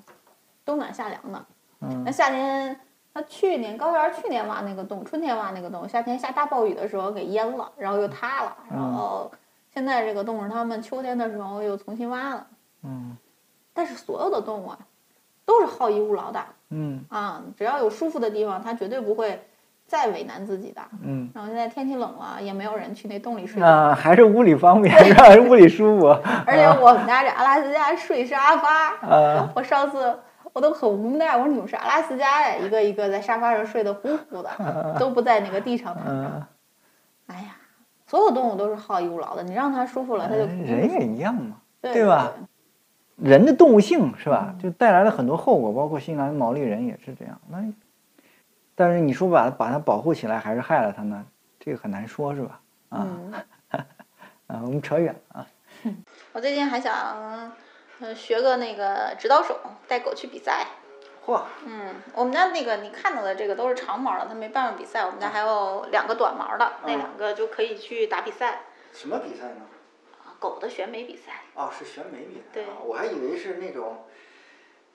S1: 冬暖夏凉的。那
S2: 嗯，
S1: 夏天，他去年高原儿去年挖那个洞，春天挖那个洞，夏天下大暴雨的时候给淹了，然后又塌了，然后现在这个洞是他们秋天的时候又重新挖了。
S2: 嗯
S1: 但是所有的动物啊，都是好逸恶劳的
S2: 嗯
S1: 啊，只要有舒服的地方，它绝对不会再为难自己的。
S2: 嗯
S1: 然后现在天气冷了，也没有人去那洞里睡
S2: 嗯，
S1: 觉，
S2: 啊，还是屋里方便，是吧？屋里舒服，
S1: 而且我们家这阿拉斯加睡沙发，
S2: 啊
S1: 我上次我都很无奈，我说你们是 (laughs) 阿拉斯加呀，一个一个在沙发上睡得呼呼的，都不在那个地上。
S2: 嗯
S4: 哎所有动物都是好逸恶劳的，你让它舒服了，它就
S2: 哎人也一样嘛，
S4: 对
S2: 对吧？人的动物性是
S4: 嗯
S2: 吧，就带来了很多后果，包括新来的毛利人也是这样。那，但是你说把把它保护起来，还是害了它呢？这个很难说，是吧？
S4: 对
S2: 啊、
S4: 嗯，
S2: 啊，我们扯远了啊。
S4: 我最近还想，嗯，学个那个指导手，带狗去比赛。
S2: 嚯，
S4: 嗯，我们家那个你看到的这个都是长毛的，它没办法比赛。我们家还有两个短毛的，那
S2: 嗯
S4: 两个就可以去打比赛。
S2: 什么比赛呢？
S4: 啊狗的选美比赛，
S2: 哦，是选美比赛啊
S4: 对
S2: 我还以为是那种，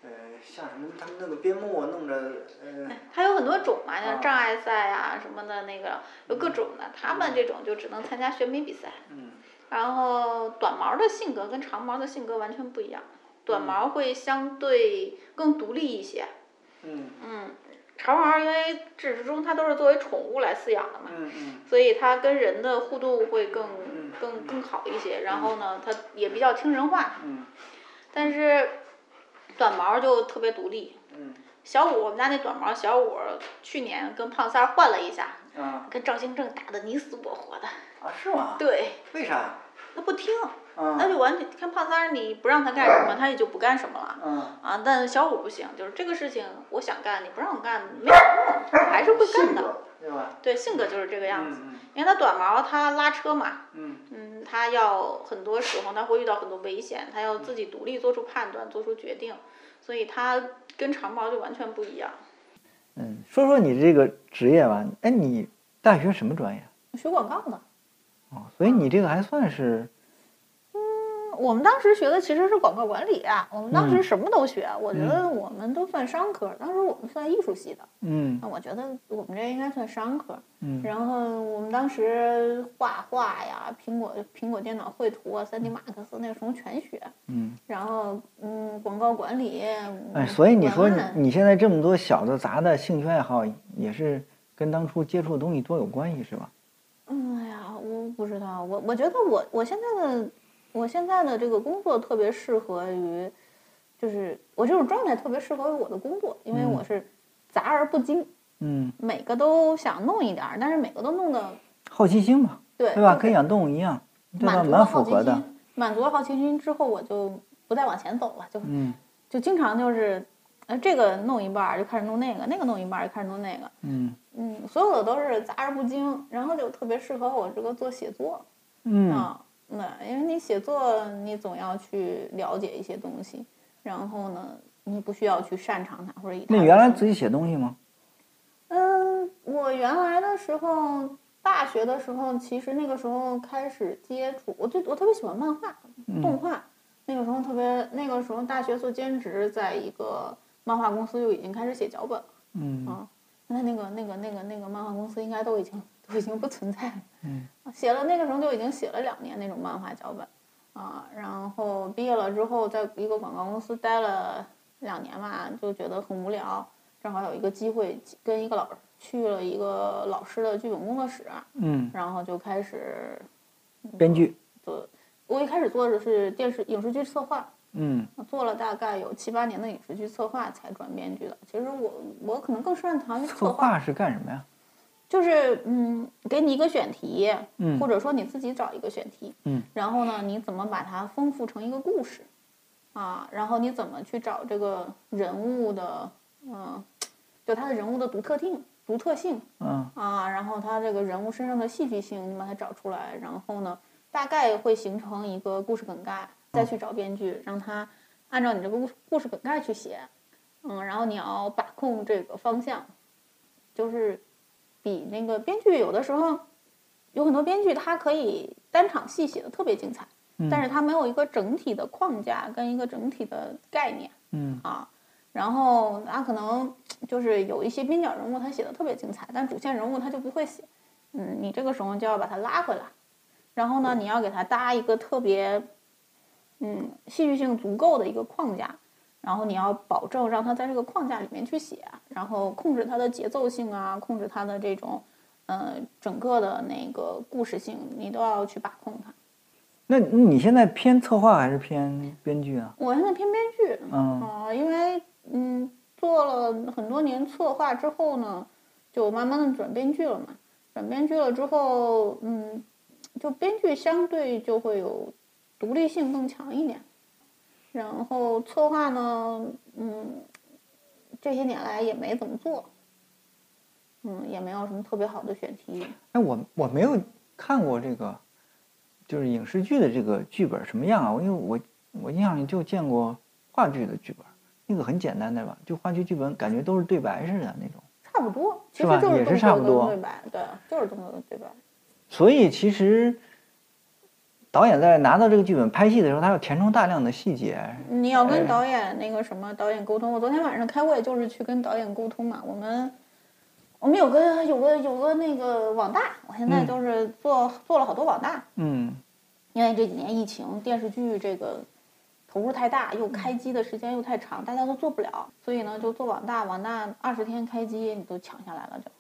S2: 呃，像什么他们那个边牧啊弄着，呃，
S4: 它有很多种嘛，像
S2: 啊
S4: 障碍赛啊什么的，那个有各种的。他们这种就只能参加选美比赛。
S2: 嗯
S4: 然后短毛的性格跟长毛的性格完全不一样，短毛会相对更独立一些。
S2: 嗯
S4: 嗯，长毛因为至始至终它都是作为宠物来饲养的嘛，
S2: 嗯嗯，
S4: 所以它跟人的互动会更
S2: 嗯
S4: 更更好一些。然后呢，它也比较听人话，
S2: 嗯
S4: 但是短毛就特别独立。
S2: 嗯
S4: 小五，我们家那短毛小五，去年跟胖三儿换了一下，
S2: 啊
S4: 跟赵兴正打的你死我活的。
S2: 啊是吗？
S4: 对，
S2: 为啥？
S4: 他不听，
S2: 嗯
S4: 那就完全看胖三儿，你不让他干什么，他也就不干什么了。
S2: 嗯，
S4: 啊，但是小五不行，就是这个事情我想干，你不让我干，没有用，我还是会干
S2: 性
S4: 的。
S2: 格对吧？
S4: 对，性格就是这个样子。
S2: 嗯
S4: 因为他短毛，他拉车嘛，
S2: 嗯
S4: 嗯，他要很多时候他会遇到很多危险，他要自己独立做出判断、做出决定，所以他跟长毛就完全不一样。
S2: 嗯，说说你这个职业吧。哎，你大学什么专业？
S1: 学广告的。
S2: 哦，所以你这个还算是
S1: 我们当时学的其实是广告管理、啊我们当
S2: 嗯
S1: 时什么都学，我觉得我们都算商科，当时我们算艺术系的，
S2: 嗯
S1: 那我觉得我们这应该算商科。
S2: 嗯
S1: 然后我们当时画画呀，苹果苹果电脑绘图啊，3D Max 那什么全学，
S2: 嗯。
S1: 然后嗯，广告管理，嗯
S2: 哎，所以你说
S1: 文案
S2: 你你现在这么多小的杂的兴趣爱好，也是跟当初接触的东西多有关系是吧？
S1: 嗯，哎呀，我不知道，我我觉得我我现在的我现在的这个工作特别适合于，就是我这种状态特别适合于我的工作，因为
S2: 嗯
S1: 我是杂而不精，
S2: 嗯，
S1: 每个都想弄一点儿，但是每个都弄的
S2: 好奇心嘛，
S1: 对
S2: 对吧？
S1: 就
S2: 跟养动物一样，对吧？
S1: 满足了
S2: 蛮符
S1: 好奇
S2: 合的。
S1: 心，满足了好奇心之后，我就不再往前走了，就
S2: 嗯
S1: 就经常就是，呃，这个弄一半儿就开始弄那个，那个弄一半儿就开始弄那个，
S2: 嗯
S1: 嗯，所有的都是杂而不精，然后就特别适合我这个做写作。
S2: 嗯
S1: 啊，那因为你写作，你总要去了解一些东西，然后呢，你不需要去擅长它或者以它
S2: 那
S1: 为
S2: 原来
S1: 生
S2: 自己写东西吗？
S1: 嗯，我原来的时候，大学的时候，其实那个时候开始接触，我最我特别喜欢漫画、动
S2: 嗯
S1: 画。那个时候特别，那个时候大学做兼职，在一个漫画公司就已经开始写脚本了。
S2: 嗯
S1: 啊那那个那个那个那个漫画公司应该都已经都已经不存在了。
S2: 嗯
S1: (laughs) 写了那个时候就已经写了两年那种漫画脚本，啊，然后毕业了之后，在一个广告公司待了两年吧，就觉得很无聊，正好有一个机会跟一个老去了一个老师的剧本工作室，啊
S2: 嗯，
S1: 然后就开始
S2: 编剧，
S1: 做。我一开始做的是电视影视剧策划，
S2: 嗯
S1: 做了大概有七八年的影视剧策划才转编剧的。其实我我可能更擅长于
S2: 策
S1: 策划，
S2: 划是干什么呀？
S1: 就是嗯，给你一个选题，
S2: 嗯
S1: 或者说你自己找一个选题，
S2: 嗯，
S1: 然后呢，你怎么把它丰富成一个故事，啊，然后你怎么去找这个人物的，嗯、就他的人物的独特性、独特性
S2: 嗯
S1: 啊，然后他这个人物身上的戏剧性，你把它找出来，然后呢，大概会形成一个故事梗概，再去找编剧，让他按照你这个故故事梗概去写，嗯，然后你要把控这个方向，就是比那个编剧有的时候有很多编剧他可以单场戏写的特别精彩，
S2: 嗯，
S1: 但是他没有一个整体的框架跟一个整体的概念。
S2: 嗯
S1: 啊，然后他可能就是有一些边角人物他写的特别精彩，但主线人物他就不会写，嗯，你这个时候就要把他拉回来，然后呢，你要给他搭一个特别，嗯，戏剧性足够的一个框架，然后你要保证让他在这个框架里面去写，然后控制他的节奏性啊，控制他的这种，呃，整个的那个故事性，你都要去把控它。
S2: 那你现在偏策划还是偏编剧啊？
S1: 我现在偏编剧，
S2: 嗯
S1: 哦，因为嗯，做了很多年策划之后呢，就慢慢的转编剧了嘛。转编剧了之后，嗯，就编剧相对就会有独立性更强一点。然后策划呢，嗯，这些年来也没怎么做，嗯，也没有什么特别好的选题。
S2: 哎，我我没有看过这个，就是影视剧的这个剧本什么样啊？我因为我我印象里就见过话剧的剧本，那个很简单的吧？就话剧剧本感觉都是对白似的那种。
S1: 差不多，其实
S2: 是吧
S1: 就
S2: 也
S1: 是
S2: 是
S1: 中
S2: 差
S1: 国
S2: 不
S1: 的
S2: 多
S1: 对白，对，就是中国的对白。
S2: 所以其实导演在拿到这个剧本拍戏的时候，他要填充大量的细节。
S1: 你要
S2: 哎
S1: 跟导演那个什么导演沟通。我昨天晚上开会就是去跟导演沟通嘛，我们我们有个有个有个那个网大，我现在
S2: 嗯
S1: 就是做、做了好多网大，
S2: 嗯
S1: 因为这几年疫情，电视剧这个投入太大，又开机的时间又太长，大家都做不了，所以呢，就做网大，网大二十天开机你都抢下来了就，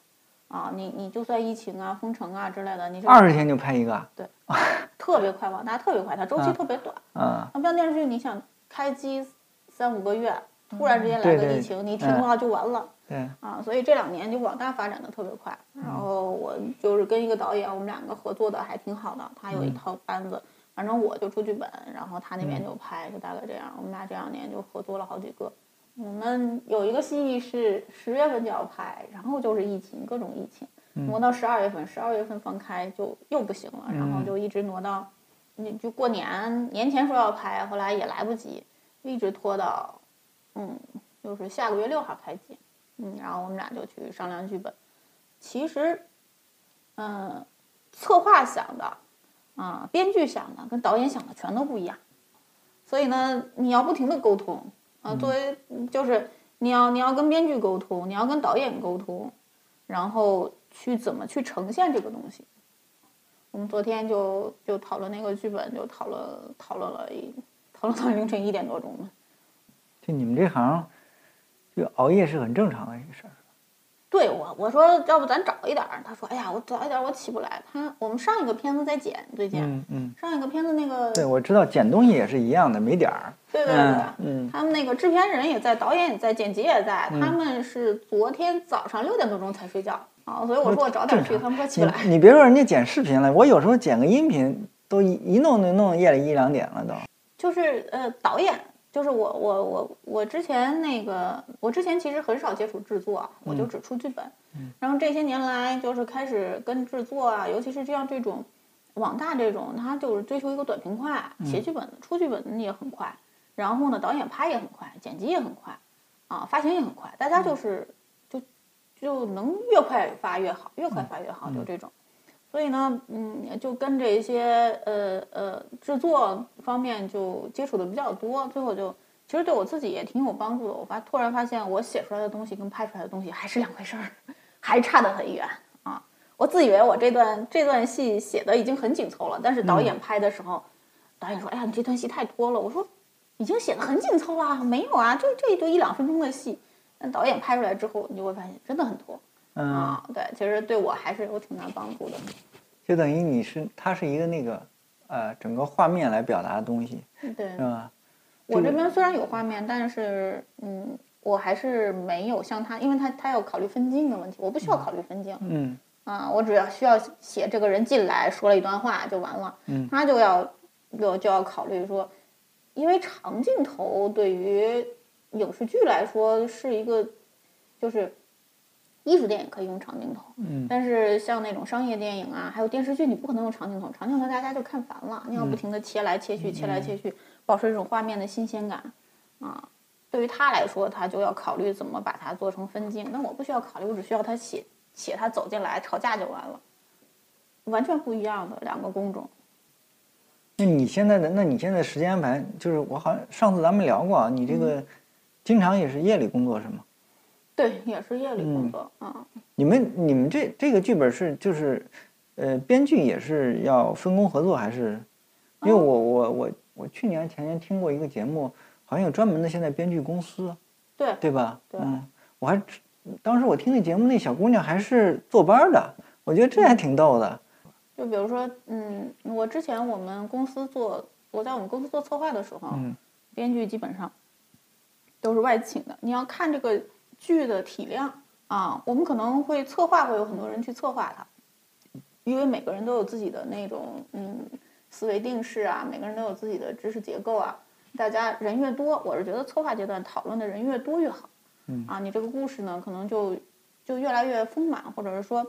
S1: 啊，你你就算疫情啊、封城啊之类的，你就
S2: 二十天就拍一个啊，
S1: 特别快，网大特别快，它周期
S2: 啊
S1: 特别短。
S2: 嗯，
S1: 那不像电视剧，你想开机三五个月，突然之间来
S2: 嗯对
S1: 个
S2: 对
S1: 疫情，你
S2: 嗯
S1: 停了就完了、
S2: 对，
S1: 啊！所以这两年就网大发展的特别快。
S2: 嗯
S1: 然后我就是跟一个导演，我们两个合作的还挺好的，他有一
S2: 嗯
S1: 套班子，反正我就出剧本，然后他那边就拍，就大概这样。我们俩这两年就合作了好几个。我们有一个戏是十月份就要拍，然后就是疫情，各种疫情，挪到十二月份，十二月份放开就又不行了，然后
S2: 嗯
S1: 就一直挪到，你就过年年前说要拍，后来也来不及，一直拖到，嗯，就是下个月六号开机，嗯，然后我们俩就去商量剧本。其实，嗯、策划想的，啊、编剧想的跟导演想的全都不一样，所以呢，你要不停的沟通啊、作为就是你要你要跟编剧沟通，你要跟导演沟通，然后去怎么去呈现这个东西。我们昨天就就讨论那个剧本，就讨论讨论了一讨论到凌晨一点多钟嘛。
S2: 就你们这行，这个熬夜是很正常的一个事儿。
S1: 对我我说要不咱早一点儿，他说哎呀我早一点儿我起不来。他我们上一个片子在剪，最近、
S2: 嗯嗯，
S1: 上一个片子那个
S2: 对，我知道剪东西也是一样的，没点儿。
S1: 对对对，
S2: 嗯嗯
S1: 他们那个制片人也在，导演也在，剪辑也在，他们是昨天早上六点多钟才睡觉啊，所以我说我早点去，
S2: 正
S1: 他
S2: 常
S1: 们说起不来。
S2: 你你别说人家剪视频了，我有时候剪个音频都一一弄就弄夜里一两点了都。
S1: 就是呃，导演，就是我我我我之前那个，我之前其实很少接触制作啊，我就只出剧本。然后这些年来，就是开始跟制作啊，尤其是像这种网大这种，他就是追求一个短平快，写剧本、出剧本也很快，然后呢，导演拍也很快，剪辑也很快，啊，发行也很快，大家就是、就就能越快发越好，越快发越好，就这种。所以呢，嗯，就跟这些呃呃制作方面就接触的比较多，最后就其实对我自己也挺有帮助的。我发突然发现，我写出来的东西跟拍出来的东西还是两回事儿， (laughs) 还差得很远啊！我自以为我这段这段戏写的已经很紧凑了，但是导演拍的时候，导演说：“哎呀，你这段戏太多了。”我说：“已经写的很紧凑了，没有啊，这这就一两分钟的戏。”但导演拍出来之后，你就会发现真的很多
S2: 嗯，
S1: 啊！对，其实对我还是有挺大帮助的。
S2: 就等于你是它是一个那个呃整个画面来表达的东西，
S1: 对
S2: 是，吧？
S1: 我
S2: 这
S1: 这
S2: 个
S1: 边虽然有画面，但是嗯，我还是没有像他，因为他他要考虑分镜的问题，我不需要考虑分镜啊、
S2: 嗯
S1: 我只要需要写这个人进来说了一段话就完了，
S2: 嗯
S1: 他就要就就要考虑说，因为长镜头对于影视剧来说是一个，就是艺术电影可以用长镜头，
S2: 嗯
S1: 但是像那种商业电影啊，还有电视剧，你不可能用长镜头，长镜头大家就看烦了，你要
S2: 嗯
S1: 不停的切来切去，切来切去，保持这种画面的新鲜感啊。对于他来说，他就要考虑怎么把它做成分镜。那我不需要考虑，我只需要他写写他走进来吵架就完了，完全不一样的两个工种。
S2: 那你现在的那你现在时间安排，就是我好像上次咱们聊过啊，你这
S1: 嗯
S2: 个经常也是夜里工作是吗？
S1: 对，也是夜里工作啊、
S2: 你们你们这这个剧本是就是，呃，编剧也是要分工合作还是？因为我
S1: 哦
S2: 我我我去年前年听过一个节目，好像有专门的现在编剧公司，
S1: 对
S2: 对吧？
S1: 对
S2: 嗯，我还知当时我听那节目，那小姑娘还是坐班儿的，我觉得这还挺逗的。
S1: 就比如说，嗯，我之前我们公司做，我在我们公司做策划的时候，
S2: 嗯
S1: 编剧基本上都是外请的。你要看这个剧的体量啊，我们可能会策划会有很多人去策划它，因为每个人都有自己的那种嗯思维定式啊，每个人都有自己的知识结构啊。大家人越多，我是觉得策划阶段讨论的人越多越好。
S2: 嗯
S1: 啊，你这个故事呢，可能就就越来越丰满，或者是说，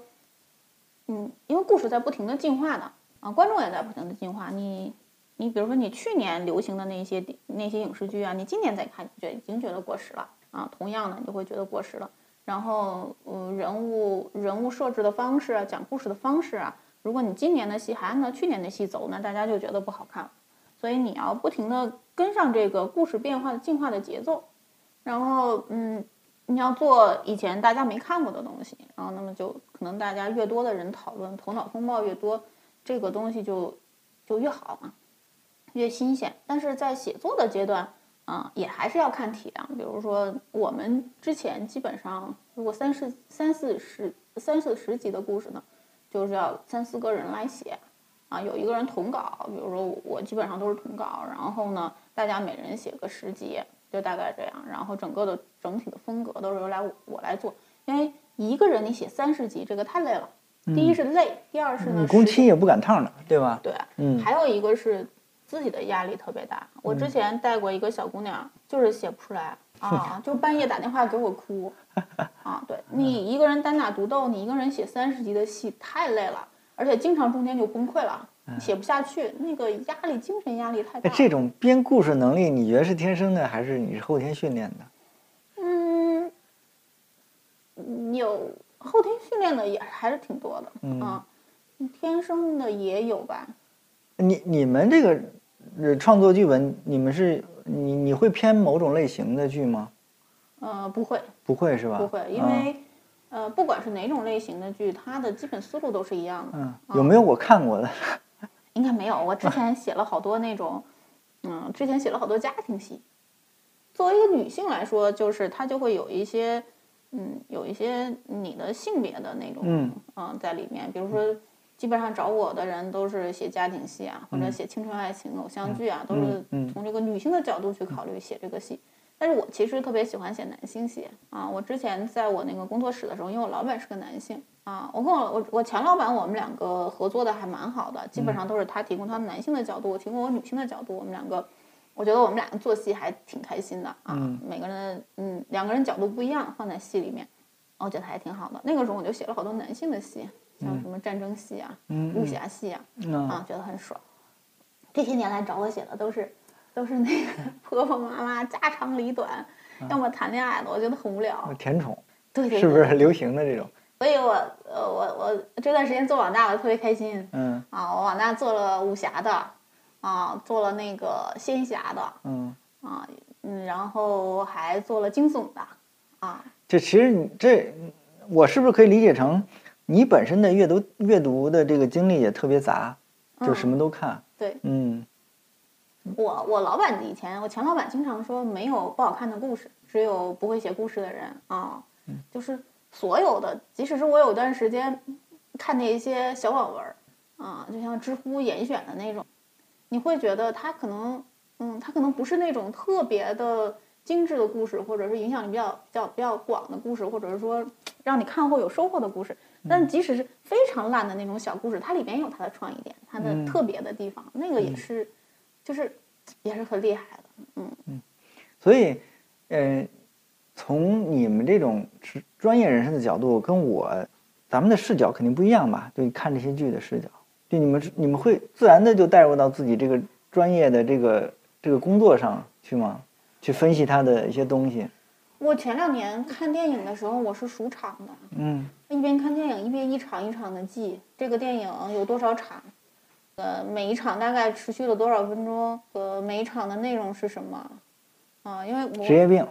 S1: 嗯，因为故事在不停的进化的啊，观众也在不停的进化。你你比如说你去年流行的那些那些影视剧啊，你今年再看，你就已经觉得过时了啊。同样的，你就会觉得过时了。然后，嗯、人物人物设置的方式啊，讲故事的方式啊，如果你今年的戏还按照去年的戏走，那大家就觉得不好看了。所以你要不停的跟上这个故事变化的进化的节奏，然后嗯，你要做以前大家没看过的东西，然后那么就可能大家越多的人讨论，头脑风暴越多，这个东西就就越好嘛，越新鲜。但是在写作的阶段，啊、也还是要看体量。比如说我们之前基本上，如果三四三四十三四十集的故事呢，就是要三四个人来写，啊，有一个人统稿，比如说我基本上都是统稿，然后呢，大家每人写个十集，就大概这样，然后整个的整体的风格都是由来我我来做，因为一个人你写三十集，这个太累了。第一是累，第二嗯是呢，
S2: 你嗯工
S1: 时间
S2: 期也不赶趟了，对吧？
S1: 对，
S2: 嗯
S1: 还有一个是自己的压力特别大。我之前带过一个小姑娘，就是写不出来
S2: (laughs)
S1: 啊，就半夜打电话给我哭啊。对你一个人单打独斗，你一个人写三十集的戏太累了，而且经常中间就崩溃了，写不下去，那个压力精神压力太大
S2: 嗯哎，
S1: 了。
S2: 这种编故事能力，你觉得是天生的，还是你是后天训练的？
S1: 嗯，有后天训练的也还是挺多的，
S2: 嗯
S1: 啊，天生的也有吧。
S2: 你你们这个呃创作剧本，你们是你你会偏某种类型的剧吗？
S1: 呃，不会，
S2: 不会是吧？啊
S1: 不会，因为、呃，不管是哪种类型的剧，它的基本思路都是一样的。
S2: 嗯嗯，有没有我看过的？
S1: 应该没有，我之前写了好多那种，嗯，之前写了好多家庭戏。作为一个女性来说，就是她就会有一些，嗯，有一些你的性别的那种，啊
S2: 嗯
S1: 在里面。比如说，基本上找我的人都是写家庭戏啊，或者
S2: 嗯
S1: 写青春爱情、偶像剧啊，都
S2: 嗯嗯
S1: 是从这个女性的角度去考虑写这个戏。但是我其实特别喜欢写男性戏啊。我之前在我那个工作室的时候，因为我老板是个男性啊，我跟我我我前老板我们两个合作的还蛮好的，基本
S2: 嗯
S1: 上都是他提供他男性的角度，我提供我女性的角度，我们两个。我觉得我们俩做戏还挺开心的啊，
S2: 嗯
S1: 每个人的嗯两个人角度不一样，放在戏里面，我觉得还挺好的。那个时候我就写了好多男性的戏，像什么战争戏啊、
S2: 嗯
S1: 武侠戏啊，
S2: 嗯
S1: 啊，觉得很爽。这些年来找我写的都是 (laughs) 都是那个婆婆妈妈家长里短，要么谈恋爱的，我觉得很无聊。
S2: 啊甜宠
S1: 对对对，
S2: 嗯是不是流行的这种？
S1: 所以我呃我我这段时间做网大，我特别开心
S2: 嗯
S1: 啊！我网大做了武侠的，啊，做了那个仙侠的，
S2: 嗯，
S1: 啊，嗯，然后还做了惊悚的，啊，
S2: 这其实你这我是不是可以理解成你本身的阅读阅读的这个经历也特别杂，就什么都看。
S1: 嗯对
S2: 嗯
S1: 我我老板以前我前老板经常说没有不好看的故事，只有不会写故事的人啊，就是所有的，即使是我有段时间看那些小网文儿啊，就像知乎严选的那种，你会觉得他可能，嗯，他可能不是那种特别的精致的故事，或者是影响力比较比较比较广的故事，或者是说让你看后有收获的故事。但即使是非常烂的那种小故事，它里面有它的创意点，它的
S2: 嗯
S1: 特别的地方，那个也是，就是也是很厉害的。
S2: 所以，呃，从你们这种是专业人士的角度，跟我咱们的视角肯定不一样吧？对看这些剧的视角，就你们你们会自然的就带入到自己这个专业的这个这个工作上去吗？去分析它的一些东西。
S1: 我前两年看电影的时候，我是数场的，
S2: 嗯
S1: 一边看电影一边一场一场的记这个电影有多少场，呃，每一场大概持续了多少分钟，呃，每一场的内容是什么，啊、因为
S2: 职
S1: 我
S2: 业病。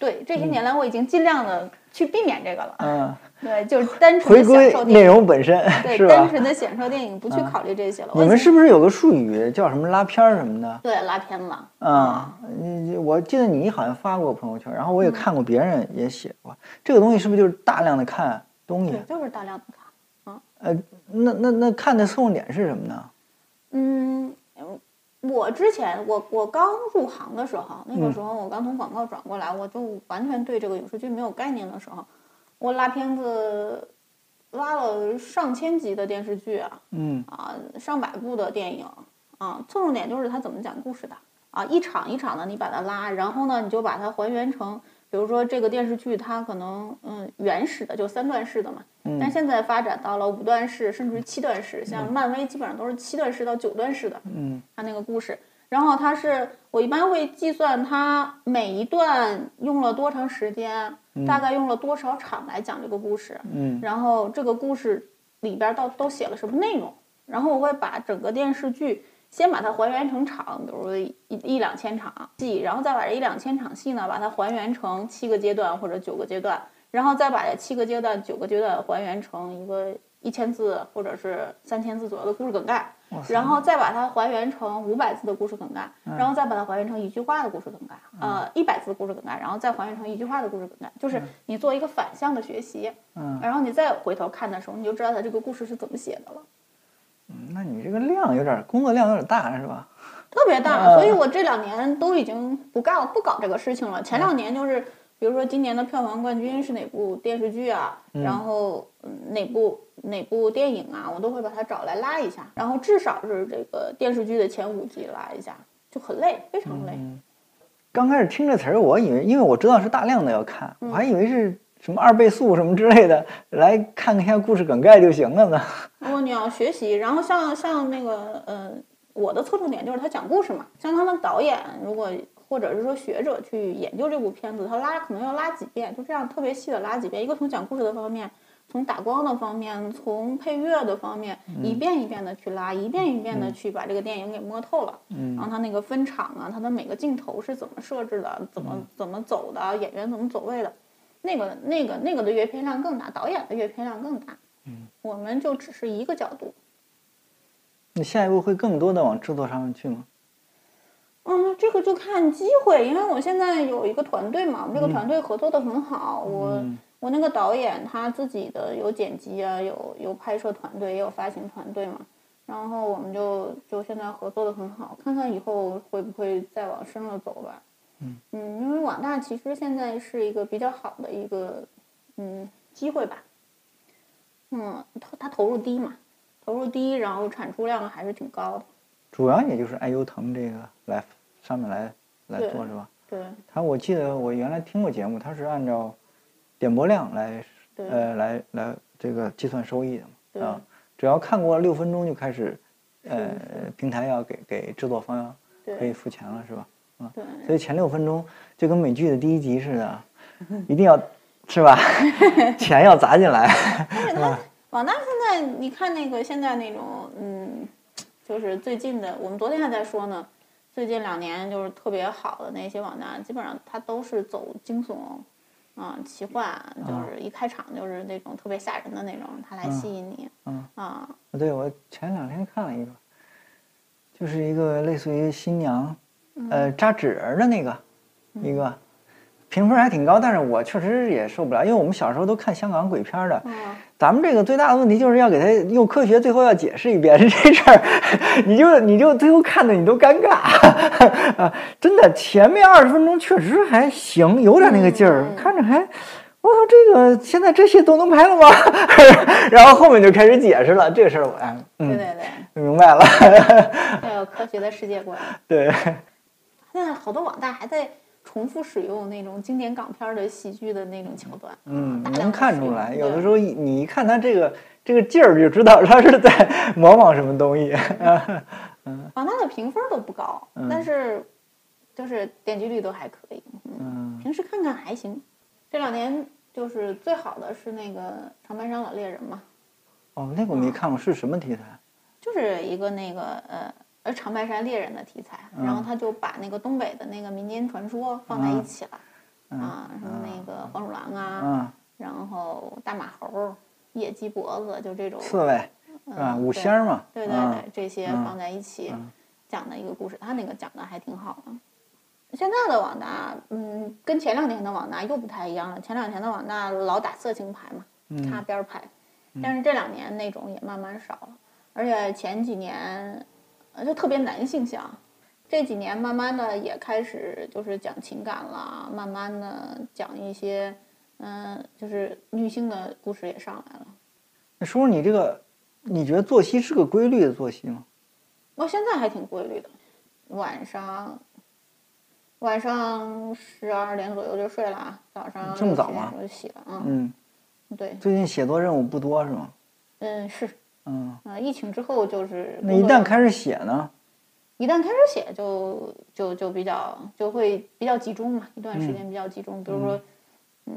S1: 对这些年来我已经尽量的去避免这个了，
S2: 嗯，
S1: 对，就是单纯
S2: 回
S1: 的享
S2: 归
S1: 受
S2: 内
S1: 电影，
S2: 容本身是
S1: 对，单
S2: 吧？嗯
S1: 纯的享受电影，不去考虑这些了。
S2: 你们
S1: 我已
S2: 是不是有个术语叫什么拉片儿什么的？
S1: 对拉偏了，
S2: 啊，你我记得你好像发过朋友圈，然后我也看过别人也写过，这个东西是不是就是大量的看东西
S1: 对，？就是大量的看。
S2: 呃，那那那看的侧重点是什么呢？
S1: 嗯，我之前我我刚入行的时候，那个时候我刚从广告转过来，我就完全对这个影视剧没有概念的时候，我拉片子挖了上千集的电视剧啊，
S2: 嗯
S1: 啊，上百部的电影啊，侧重点就是它怎么讲故事的啊，一场一场的你把它拉，然后呢，你就把它还原成，比如说这个电视剧它可能嗯原始的就三段式的嘛，但
S2: 嗯
S1: 现在发展到了五段式甚至于七段式，像漫威基本上都是七段式到九段式的，
S2: 嗯
S1: 它那个故事。然后它是我一般会计算它每一段用了多长时间，大概用了多少场来讲这个故事，
S2: 嗯
S1: 然后这个故事里边儿到都写了什么内容，然后我会把整个电视剧先把它还原成场，比如说一一两千场戏，然后再把这一两千场戏呢，把它还原成七个阶段或者九个阶段，然后再把这七个阶段、九个阶段还原成一个一千字或者是三千字左右的故事梗概，
S2: 嗯
S1: 然后再把它还原成五百字的故事梗概，然后再把它还原成一句话的故事梗概，呃，一百字的故事梗概，然后再还原成一句话的故事梗概，就是你做一个反向的学习。
S2: 嗯，
S1: 然后你再回头看的时候，你就知道他这个故事是怎么写的了，
S2: 那你这个量有点，工作量有点大是吧？
S1: 特别
S2: 啊
S1: 大。所以我这两年都已经不干不搞这个事情了。前两年就是，比如说今年的票房冠军是哪部电视剧啊，然后嗯哪部哪部电影啊，我都会把它找来拉一下，然后至少是这个电视剧的前五集拉一下，就很累，非常累。
S2: 刚开始听这词儿，我以为，因为我知道是大量的要看，我还以为是什么二倍速什么之类的，来看一下故事梗概就行了呢。
S1: 如果你要学习，然后像像那个呃，我的侧重点就是他讲故事嘛，像他们导演如果或者是说学者去研究这部片子，他拉可能要拉几遍，就这样特别细的拉几遍，一个从讲故事的方面。从打光的方面，从配乐的方面，一遍一遍的去拉，一遍一遍的去把这个电影给摸透了。
S2: 嗯
S1: 然后它那个分场啊，它的每个镜头是怎么设置的，怎么怎么走的，演员怎么走位的，那个那个那个的阅片量更大，导演的阅片量更大。我们就只是一个角度。
S2: 你下一步会更多的往制作上面去吗？
S1: 嗯，这个就看机会，因为我现在有一个团队嘛，我们这个团队合作的很好。
S2: 嗯
S1: 我我那个导演他自己的有剪辑啊，有有拍摄团队，也有发行团队嘛。然后我们就就现在合作的很好，看看以后会不会再往深了走吧。嗯因为网大其实现在是一个比较好的一个嗯机会吧。嗯，投它投入低嘛，投入低，然后产出量还是挺高的。
S2: 主要也就是爱优腾这个来上面来来
S1: 对
S2: 做是吧？
S1: 对
S2: 他我记得我原来听过节目，他是按照点播量来
S1: 对。
S2: 呃来来这个计算收益的嘛。
S1: 对
S2: 啊，只要看过六分钟就开始，呃
S1: 是，
S2: 平台要给给制作方
S1: 对
S2: 可以付钱了是吧？
S1: 对，
S2: 所以前六分钟就跟美剧的第一集似的，一定要是吧？ (laughs) 钱要砸进来，
S1: 网大现在你看那个现在那种，嗯，就是最近的，我们昨天还在说呢，最近两年就是特别好的那些网大，基本上它都是走惊悚，啊、奇幻，就是一开场就是那种特别吓人的那种，它来吸引你，
S2: 啊嗯
S1: 啊、
S2: 对我前两天看了一个，就是一个类似于新娘，呃，扎纸儿的那个，一个评分还挺高，但是我确实也受不了，因为我们小时候都看香港鬼片儿的，
S1: 嗯
S2: 咱们这个最大的问题就是要给他用科学最后要解释一遍 (laughs) 这事儿，你就你就最后看的你都尴尬 (laughs) 啊！真的，前面二十分钟确实还行，有点那个劲
S1: 嗯
S2: 儿，看着还，我操，这个现在这些都能拍了吗？ (laughs) 然后后面就开始解释了这事儿，我哎，
S1: 对
S2: 嗯，
S1: 对对，
S2: 明白了，
S1: 要有科学的世界观。 (laughs)
S2: 对，
S1: 现在好多网大还在重复使用那种经典港片儿的喜剧的那种桥段，
S2: 嗯
S1: 大，量
S2: 能
S1: 地
S2: 看
S1: 使
S2: 出
S1: 用
S2: 来，
S1: 对
S2: 有的时候你一看他这个这个劲儿，就知道他是在 (laughs) 模仿什么东西。
S1: 网大的评分都不高，
S2: 嗯
S1: 但是就是点击率都还可以。嗯，
S2: 嗯
S1: 平时看看还行。这两年就是最好的是那个《长白山老猎人》嘛，
S2: 哦，那个我
S1: 嗯
S2: 没看过，是什么题材？
S1: 就是一个那个呃呃长白山猎人的题材，
S2: 嗯
S1: 然后他就把那个东北的那个民间传说放在一起了，啊，什么那个黄鼠狼啊，
S2: 嗯，
S1: 然后大马猴、野鸡脖子，就这种
S2: 刺猬，是吧？
S1: 嗯
S2: 五仙儿嘛，
S1: 对对
S2: 嗯
S1: 对，这些放在一起讲的一个故事，他那个讲的还挺好的。现在的网大，嗯，跟前两年的网大又不太一样了。前两年的网大老打色情牌嘛，
S2: 嗯
S1: 擦边儿牌，但是这两年那种也慢慢少了，而且前几年呃就特别男性向，这几年慢慢的也开始就是讲情感啦，慢慢的讲一些，嗯、就是女性的故事也上来了。
S2: 那说说你这个，你觉得作息是个规律的作息吗？
S1: 我现在还挺规律的，晚上晚上十二点左右就睡了啊，早上
S2: 这么早吗
S1: 6-7点我就起了啊，
S2: 嗯，
S1: 对，
S2: 最近写作任务不多是吗？
S1: 嗯是，
S2: 嗯，
S1: 啊、疫情之后就是
S2: 那
S1: 工
S2: 一
S1: 作
S2: 旦
S1: 量
S2: 开始写呢？
S1: 一旦开始写就就就比较就会比较集中嘛，一段时间比较集中，比如说，嗯，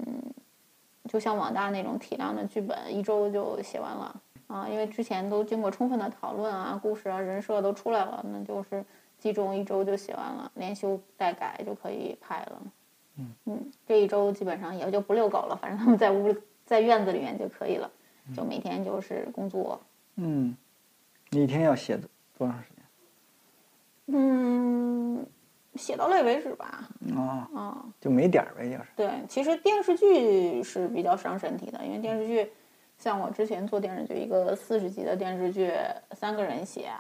S1: 就像网大那种体量的剧本，一周就写完了啊，因为之前都经过充分的讨论啊，故事啊、人设都出来了，那就是集中一周就写完了，连修带改就可以拍了。嗯这一周基本上也就不遛狗了，反正他们在屋在院子里面就可以了，就每天就是工作。
S2: 嗯，你一天要写多长时间？
S1: 嗯，写到累为止吧。
S2: 啊、
S1: 啊、
S2: 就没点儿呗，就是。
S1: 对，其实电视剧是比较伤身体的，因为电视剧，像我之前做电视剧，一个四十集的电视剧，三个人写，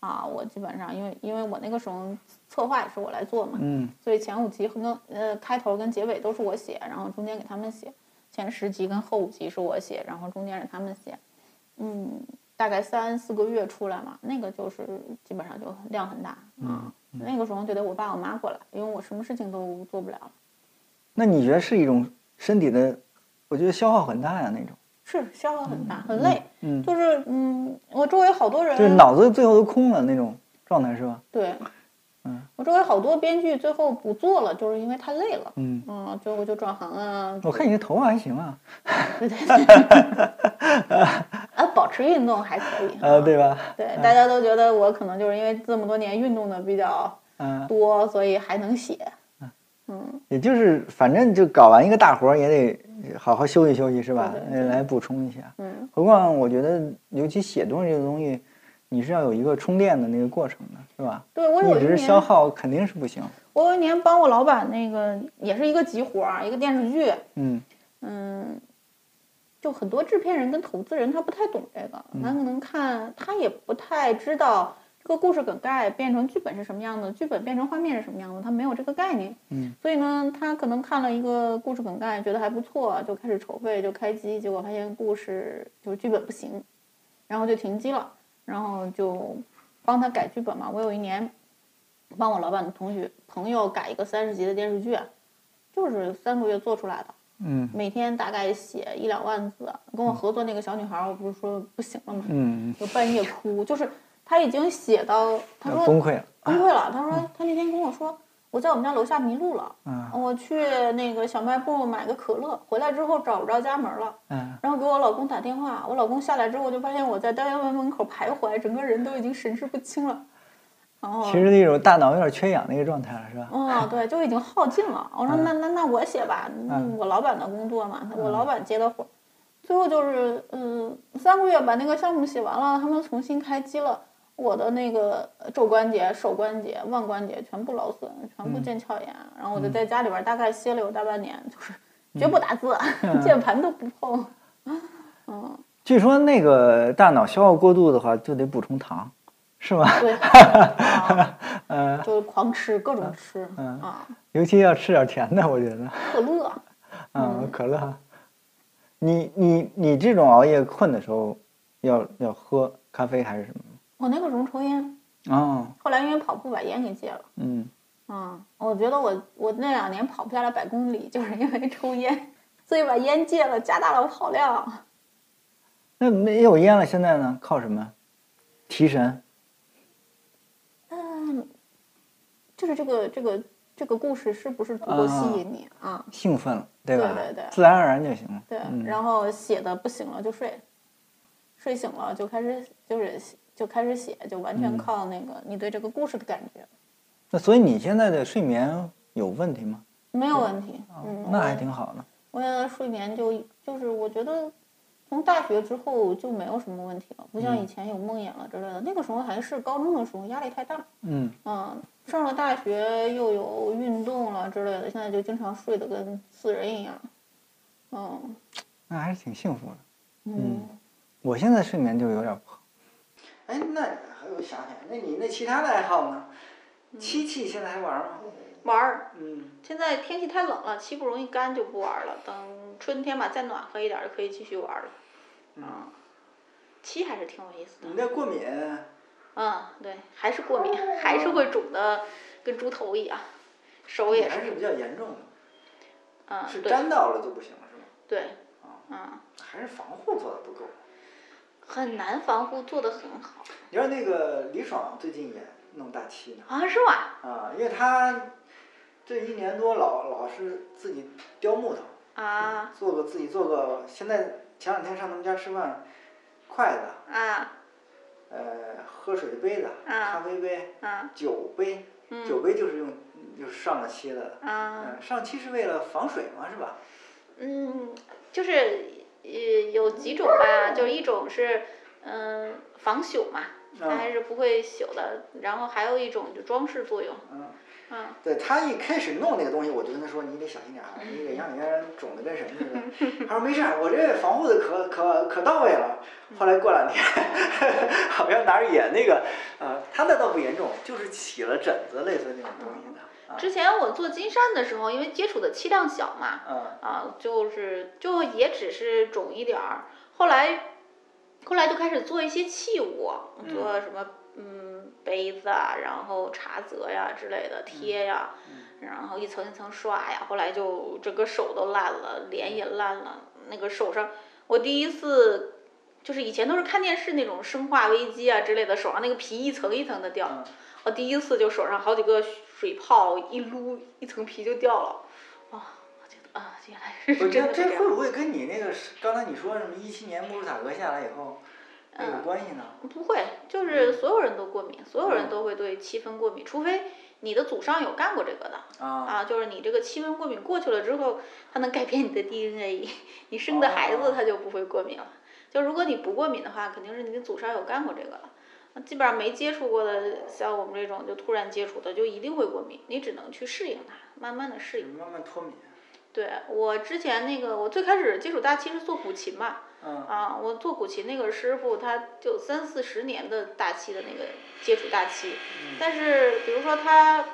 S1: 啊，我基本上因为因为我那个时候策划也是我来做嘛，
S2: 嗯
S1: 所以前五集跟呃开头跟结尾都是我写，然后中间给他们写，前十集跟后五集是我写，然后中间是他们写，嗯，大概三四个月出来嘛，那个就是基本上就量很大啊。那个时候就得我爸我妈过来，因为我什么事情都做不了。
S2: 那你觉得是一种身体的，我觉得消耗很大呀、那种，
S1: 是消耗很大，很累。
S2: 嗯
S1: 就是嗯，我周围好多人，
S2: 就是脑子最后都空了那种状态是吧？
S1: 对，
S2: 嗯，
S1: 我周围好多编剧最后不做了，就是因为太累了。
S2: 嗯，
S1: 嗯，最后就转行啊，
S2: 我看你的头发还行啊，
S1: 对对对，啊，保持运动还可以
S2: 呃，对吧？
S1: 对，大家都觉得我可能就是因为这么多年运动的比较
S2: 嗯、
S1: 多，所以还能写。
S2: 也就是反正就搞完一个大活儿也得好好休息休息是吧
S1: 对？对
S2: 呃来补充一下。
S1: 嗯，
S2: 何况我觉得，尤其写东西这个东西，你是要有一个充电的那个过程的，是吧？
S1: 对我有
S2: 一
S1: 一
S2: 直
S1: 年
S2: 消耗肯定是不行。
S1: 我有一年帮我老板那个也是一个急活儿，一个电视剧，
S2: 嗯
S1: 嗯，就很多制片人跟投资人他不太懂这个，他可能看他也不太知道这个故事梗概变成剧本是什么样子，剧本变成画面是什么样子，他没有这个概念。
S2: 嗯，
S1: 所以呢，他可能看了一个故事梗概，觉得还不错，就开始筹备，就开机，结果发现故事就是剧本不行，然后就停机了，然后就帮他改剧本嘛。我有一年帮我老板的同学朋友改一个三十集的电视剧，啊就是三个月做出来的。
S2: 嗯
S1: 每天大概写一两万字。跟我合作那个小女孩儿，我不是说不行了吗？
S2: 嗯，
S1: 就半夜哭，就是她已经写到，她
S2: 要
S1: 说
S2: 嗯崩嗯溃了。
S1: 崩溃了。她说她那天跟我说，我在我们家楼下迷路了，
S2: 嗯
S1: 我去那个小卖部买个可乐，回来之后找不着家门了。
S2: 嗯，
S1: 然后给我老公打电话，我老公下来之后就发现我在单位门口徘徊，整个人都已经神志不清了。然后
S2: 其实那种大脑有点缺氧那个状态了，是吧？
S1: 嗯，对，就已经耗尽了。我说
S2: 嗯
S1: 那那那我写吧，那
S2: 嗯
S1: 我老板的工作嘛，我老板接的活儿。最后就是，嗯，三个月把那个项目写完了，他们重新开机了，我的那个呃肘关节、手关节、腕关节全部劳损，全部
S2: 嗯
S1: 腱鞘炎。然后我就在家里边儿大概歇了有大半年，就是
S2: 嗯
S1: 绝不打
S2: (laughs)
S1: 字，键盘都不碰。嗯
S2: 据说那个大脑消耗过度的话，就得补充糖，是吧？ (laughs)
S1: 对，啊、
S2: 嗯
S1: 就是狂吃各种吃、
S2: 嗯
S1: 啊，
S2: 尤其要吃点甜的，我觉得。
S1: 可乐。
S2: 嗯，可乐。你你你这种熬夜困的时候，要要喝咖啡还是什么？
S1: 我那个时候抽烟，
S2: 哦，
S1: 后来因为跑步把烟给戒了。
S2: 嗯，
S1: 啊，我觉得我我那两年跑不下来百公里，就是因为抽烟，所以把烟戒了，加大了跑
S2: 嗯
S1: 量。
S2: 那没有烟了，现在呢？靠什么？提神。
S1: 嗯，就是这个这个这个故事是不是足够吸引你啊？
S2: 兴奋了，对吧？
S1: 对对对
S2: 自然而然就行了。
S1: 对，
S2: 嗯、
S1: 然后写的不行了就睡，睡醒了就开始就是就开始写，就完
S2: 嗯
S1: 全靠那个你对这个故事的感觉，
S2: 那所以你现在的睡眠有问题吗？
S1: 没有问题。嗯，
S2: 哦那
S1: 我
S2: 还挺好的。
S1: 我现在睡眠就就是我觉得从大学之后就没有什么问题了，不像以前有梦魇了之类的。那个时候还是高中的时候，压力太大，
S2: 嗯
S1: 嗯，上了大学又有运动了之类的，现在就经常睡得跟死人一样，嗯
S2: 那还是挺幸福的。
S1: 嗯。
S2: 我现在睡眠就有点不好。哎，那还有想想，那你那其他的爱好呢？漆器现在还玩吗？
S1: 玩儿，
S2: 嗯，
S1: 现在天气太冷了，漆不容易干就不玩了。等春天吧，再暖和一点儿就可以继续玩了。
S5: 七还是挺有意思的。
S2: 你那过敏，
S5: 嗯，对，还是过敏，还是会肿的跟猪头一样，手
S2: 你
S5: 也
S2: 还
S5: 是，
S2: 是比较严重的，
S5: 嗯，
S2: 是
S5: 对
S2: 沾到了就不行是吗？
S5: 对，
S2: 啊，
S5: 嗯，
S2: 还是防护做的不够。
S5: 很难防护做得很好
S2: 你说那个李爽最近也弄大漆呢，
S5: 啊，是吗？
S2: 啊，因为他这一年多老老是自己雕木头，
S5: 啊
S2: 做个自己做个，现在前两天上他们家吃饭，筷子，
S5: 啊
S2: 呃，喝水杯子，
S5: 啊
S2: 咖啡杯，
S5: 啊
S2: 酒杯，
S5: 嗯
S2: 酒杯就是用就是上了漆的，
S5: 啊，
S2: 嗯，上漆是为了防水嘛，是吧？
S5: 嗯，就是呃有几种吧，就一种是嗯、防朽嘛，它还是不会朽的，然后还有一种就装饰作用，
S2: 嗯，
S5: 嗯
S2: 对他一开始弄那个东西，我就跟他说：“你得小心点儿，啊你得让你家人肿的跟什么似的。”他说：“没事儿，我这防护的可可可到位了。”后来过两天， (laughs) 好像哪儿也那个，呃，他那倒不严重，就是起了疹子，类似那种东西的。啊
S5: 嗯之前我做金山的时候，因为接触的漆量小嘛，
S2: 嗯
S5: 啊，就是就也只是肿一点儿。后来，后来就开始做一些器物，
S2: 嗯
S5: 做什么嗯杯子啊，然后茶则呀之类的贴呀，然后一层一层刷呀。后来就整个手都烂了，脸也烂了，那个手上我第一次。就是以前都是看电视那种《生化危机》啊之类的，手上那个皮一层一层的掉。
S2: 嗯
S5: 我第一次就手上好几个水泡，一撸一层皮就掉了。啊，原来是
S2: 我觉得
S5: 真的是这
S2: 这
S5: 样。
S2: 会不会跟你那个是刚才你说什么一七年穆斯塔格下来以后有
S5: 嗯
S2: 关系呢？
S5: 不会，
S2: 嗯
S5: 就是所有人都过敏，所有人都会对气氛过敏，除非你的祖上有干过这个的
S2: 啊，
S5: 啊，就是你这个气氛过敏过去了之后，它能改变你的 DNA，你 (laughs) 生的孩
S2: 哦
S5: 子他就不会过敏了。就如果你不过敏的话，肯定是你的祖上有干过这个了。那基本上没接触过的，像我们这种就突然接触的，就一定会过敏，你只能去适应它，慢慢的适应。
S2: 嗯慢慢脱敏。
S5: 对我之前那个，我最开始接触大漆是做古琴嘛，
S2: 嗯
S5: 啊，我做古琴那个师傅，他就三四十年的大漆的那个接触大漆，
S2: 嗯
S5: 但是比如说他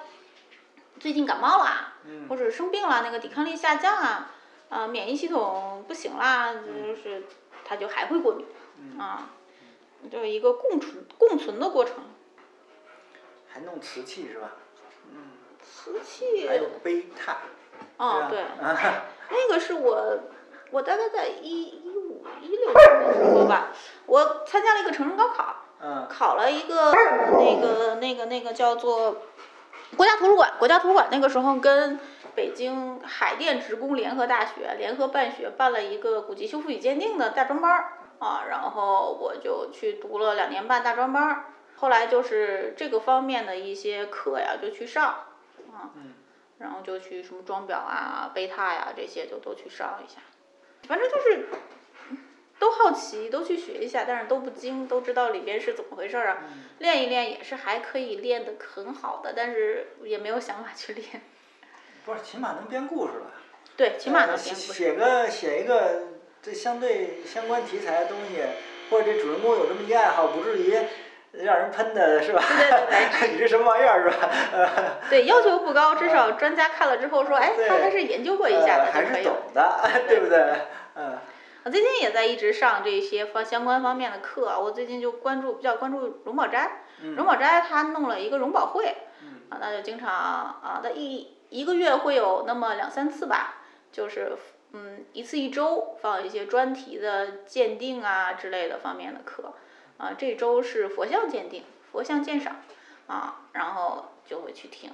S5: 最近感冒啦，
S2: 嗯
S5: 或者生病啦，那个抵抗力下降啊，啊、免疫系统不行啦，就是他就还会过敏
S2: 嗯，
S5: 啊，就是一个共存共存的过程。
S2: 还弄瓷器是吧？嗯，
S5: 瓷器
S2: 还有杯闼。
S5: 哦，
S2: 对
S5: 对，
S2: 吧啊
S5: 那个是我，我大概在一一五一六年的时候吧，我参加了一个成人高考。
S2: 嗯
S5: 考了一个那个那个那个叫做国家图书馆，国家图书馆那个时候跟北京海淀职工联合大学联合办学办了一个古籍修复与鉴定的大专班儿啊，然后我就去读了两年半大专班儿，后来就是这个方面的一些课呀就去上啊
S2: 嗯，
S5: 然后就去什么装裱啊、贝塔呀这些就都去上一下，反正就是都好奇，都去学一下，但是都不精，都知道里边是怎么回事儿啊。
S2: 嗯
S5: 练一练也是还可以练得很好的，但是也没有想法去
S2: (laughs)
S5: 练。
S2: 不是，起码能编故事吧？
S5: 对，起码能
S2: 写
S5: 编故事。
S2: 写个写一个这相对相关题材的东西，或者这主人公有这么一爱好，不至于让人喷的是吧？ (laughs) 你这什么玩意儿是吧？呃
S5: 对，要求不高，至少专家看了之后说，哎，
S2: 嗯对呃
S5: 他还是研究过一下的
S2: 还
S5: 就可
S2: 是
S5: 以了。
S2: 懂的，对不对？嗯
S5: 我最近也在一直上这些方相关方面的课啊，我最近就关注比较关注荣宝斋，荣宝斋他弄了一个荣宝会，
S2: 嗯
S5: 啊，那就经常啊，那一一个月会有那么两三次吧，就是嗯一次一周放一些专题的鉴定啊之类的方面的课，啊，这周是佛像鉴定、佛像鉴赏啊，然后就会去听。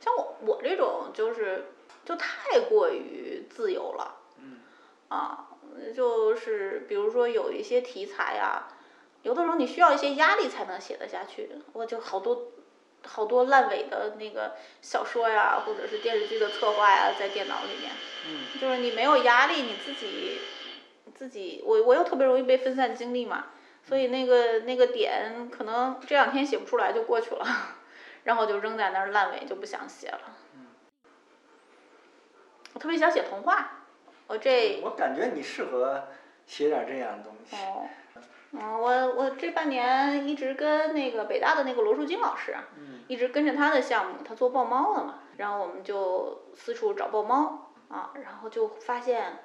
S5: 像我我这种就是就太过于自由了。
S2: 嗯
S5: 啊，就是比如说有一些题材啊，有的时候你需要一些压力才能写得下去。我就好多好多烂尾的那个小说呀，或者是电视剧的策划呀，在电脑里面，
S2: 嗯
S5: 就是你没有压力，你自己自己，我我又特别容易被分散精力嘛，所以那个那个点可能这两天写不出来就过去了，然后就扔在那儿烂尾，就不想写了。
S2: 嗯
S5: 我特别想写童话，我这
S2: 嗯我感觉你适合写点这样的东西。
S5: 哦，嗯，我我这半年一直跟那个北大的那个罗树金老师啊，
S2: 嗯
S5: 一直跟着他的项目，他做豹猫的嘛，然后我们就四处找豹猫啊，然后就发现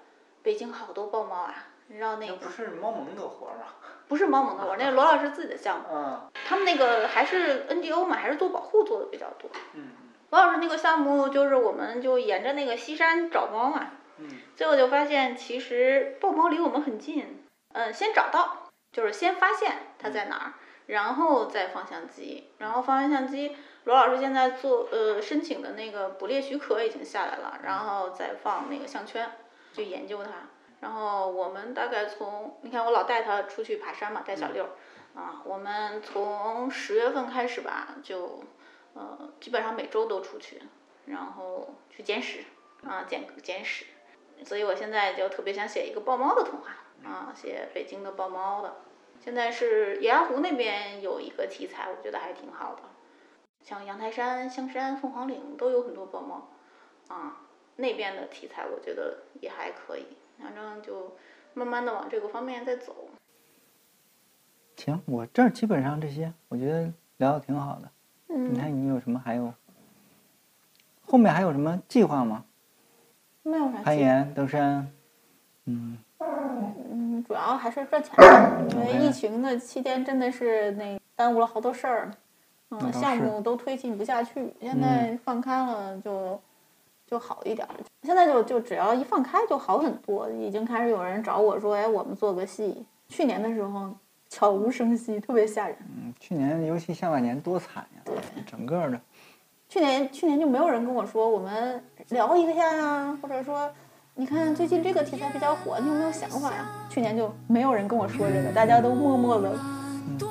S5: 北京好多豹猫啊，你知道那
S2: 这
S5: 个
S2: 不是猫萌的活儿吗？
S5: 不是猫萌的活，那是罗老师自己的项目，
S2: 嗯
S5: 他们那个还是 NGO 嘛，还是做保护做的比较多。
S2: 嗯
S5: 罗老师那个项目就是我们就沿着那个西山找猫嘛，
S2: 嗯
S5: 最后就发现，其实豹猫离我们很近。嗯，先找到，就是先发现它在哪儿，然后再方向机。然后方向机，罗老师现在做呃申请的那个捕猎许可已经下来了，然后再放那个项圈，去研究它。然后我们大概从，你看我老带它出去爬山嘛，带小六儿，啊，我们从十月份开始吧，就呃基本上每周都出去，然后去捡屎啊，捡捡屎。所以我现在就特别想写一个豹猫的童话啊，写北京的豹猫的。现在是野鸭湖那边有一个题材，我觉得还挺好的，像阳台山、香山、凤凰岭都有很多豹猫啊，那边的题材我觉得也还可以，反正就慢慢的往这个方面在走。
S2: 行，我这儿基本上这些，我觉得聊的挺好的。你
S5: 嗯，
S2: 看你有什么还有？后面还有什么计划吗？
S5: 没有啥
S2: 攀
S5: 计划，
S2: 岩、登山，嗯，
S5: 嗯，主要还是赚钱，因为
S2: OK
S5: 疫情的期间真的是那耽误了好多事儿，
S2: 那
S5: 嗯，
S2: 倒
S5: 项
S2: 是嗯
S5: 目都推进不下去，现在放开了就就好一点儿。现在就就只要一放开就好很多，已经开始有人找我说，哎，我们做个戏。去年的时候悄无声息，特别吓人。
S2: 嗯去年尤其下半年多惨呀，整个的，
S5: 去年去年就没有人跟我说我们聊一个下呀，或者说你看最近这个题材比较火，你有没有想法呀？去年就没有人跟我说这个，大家都默默的，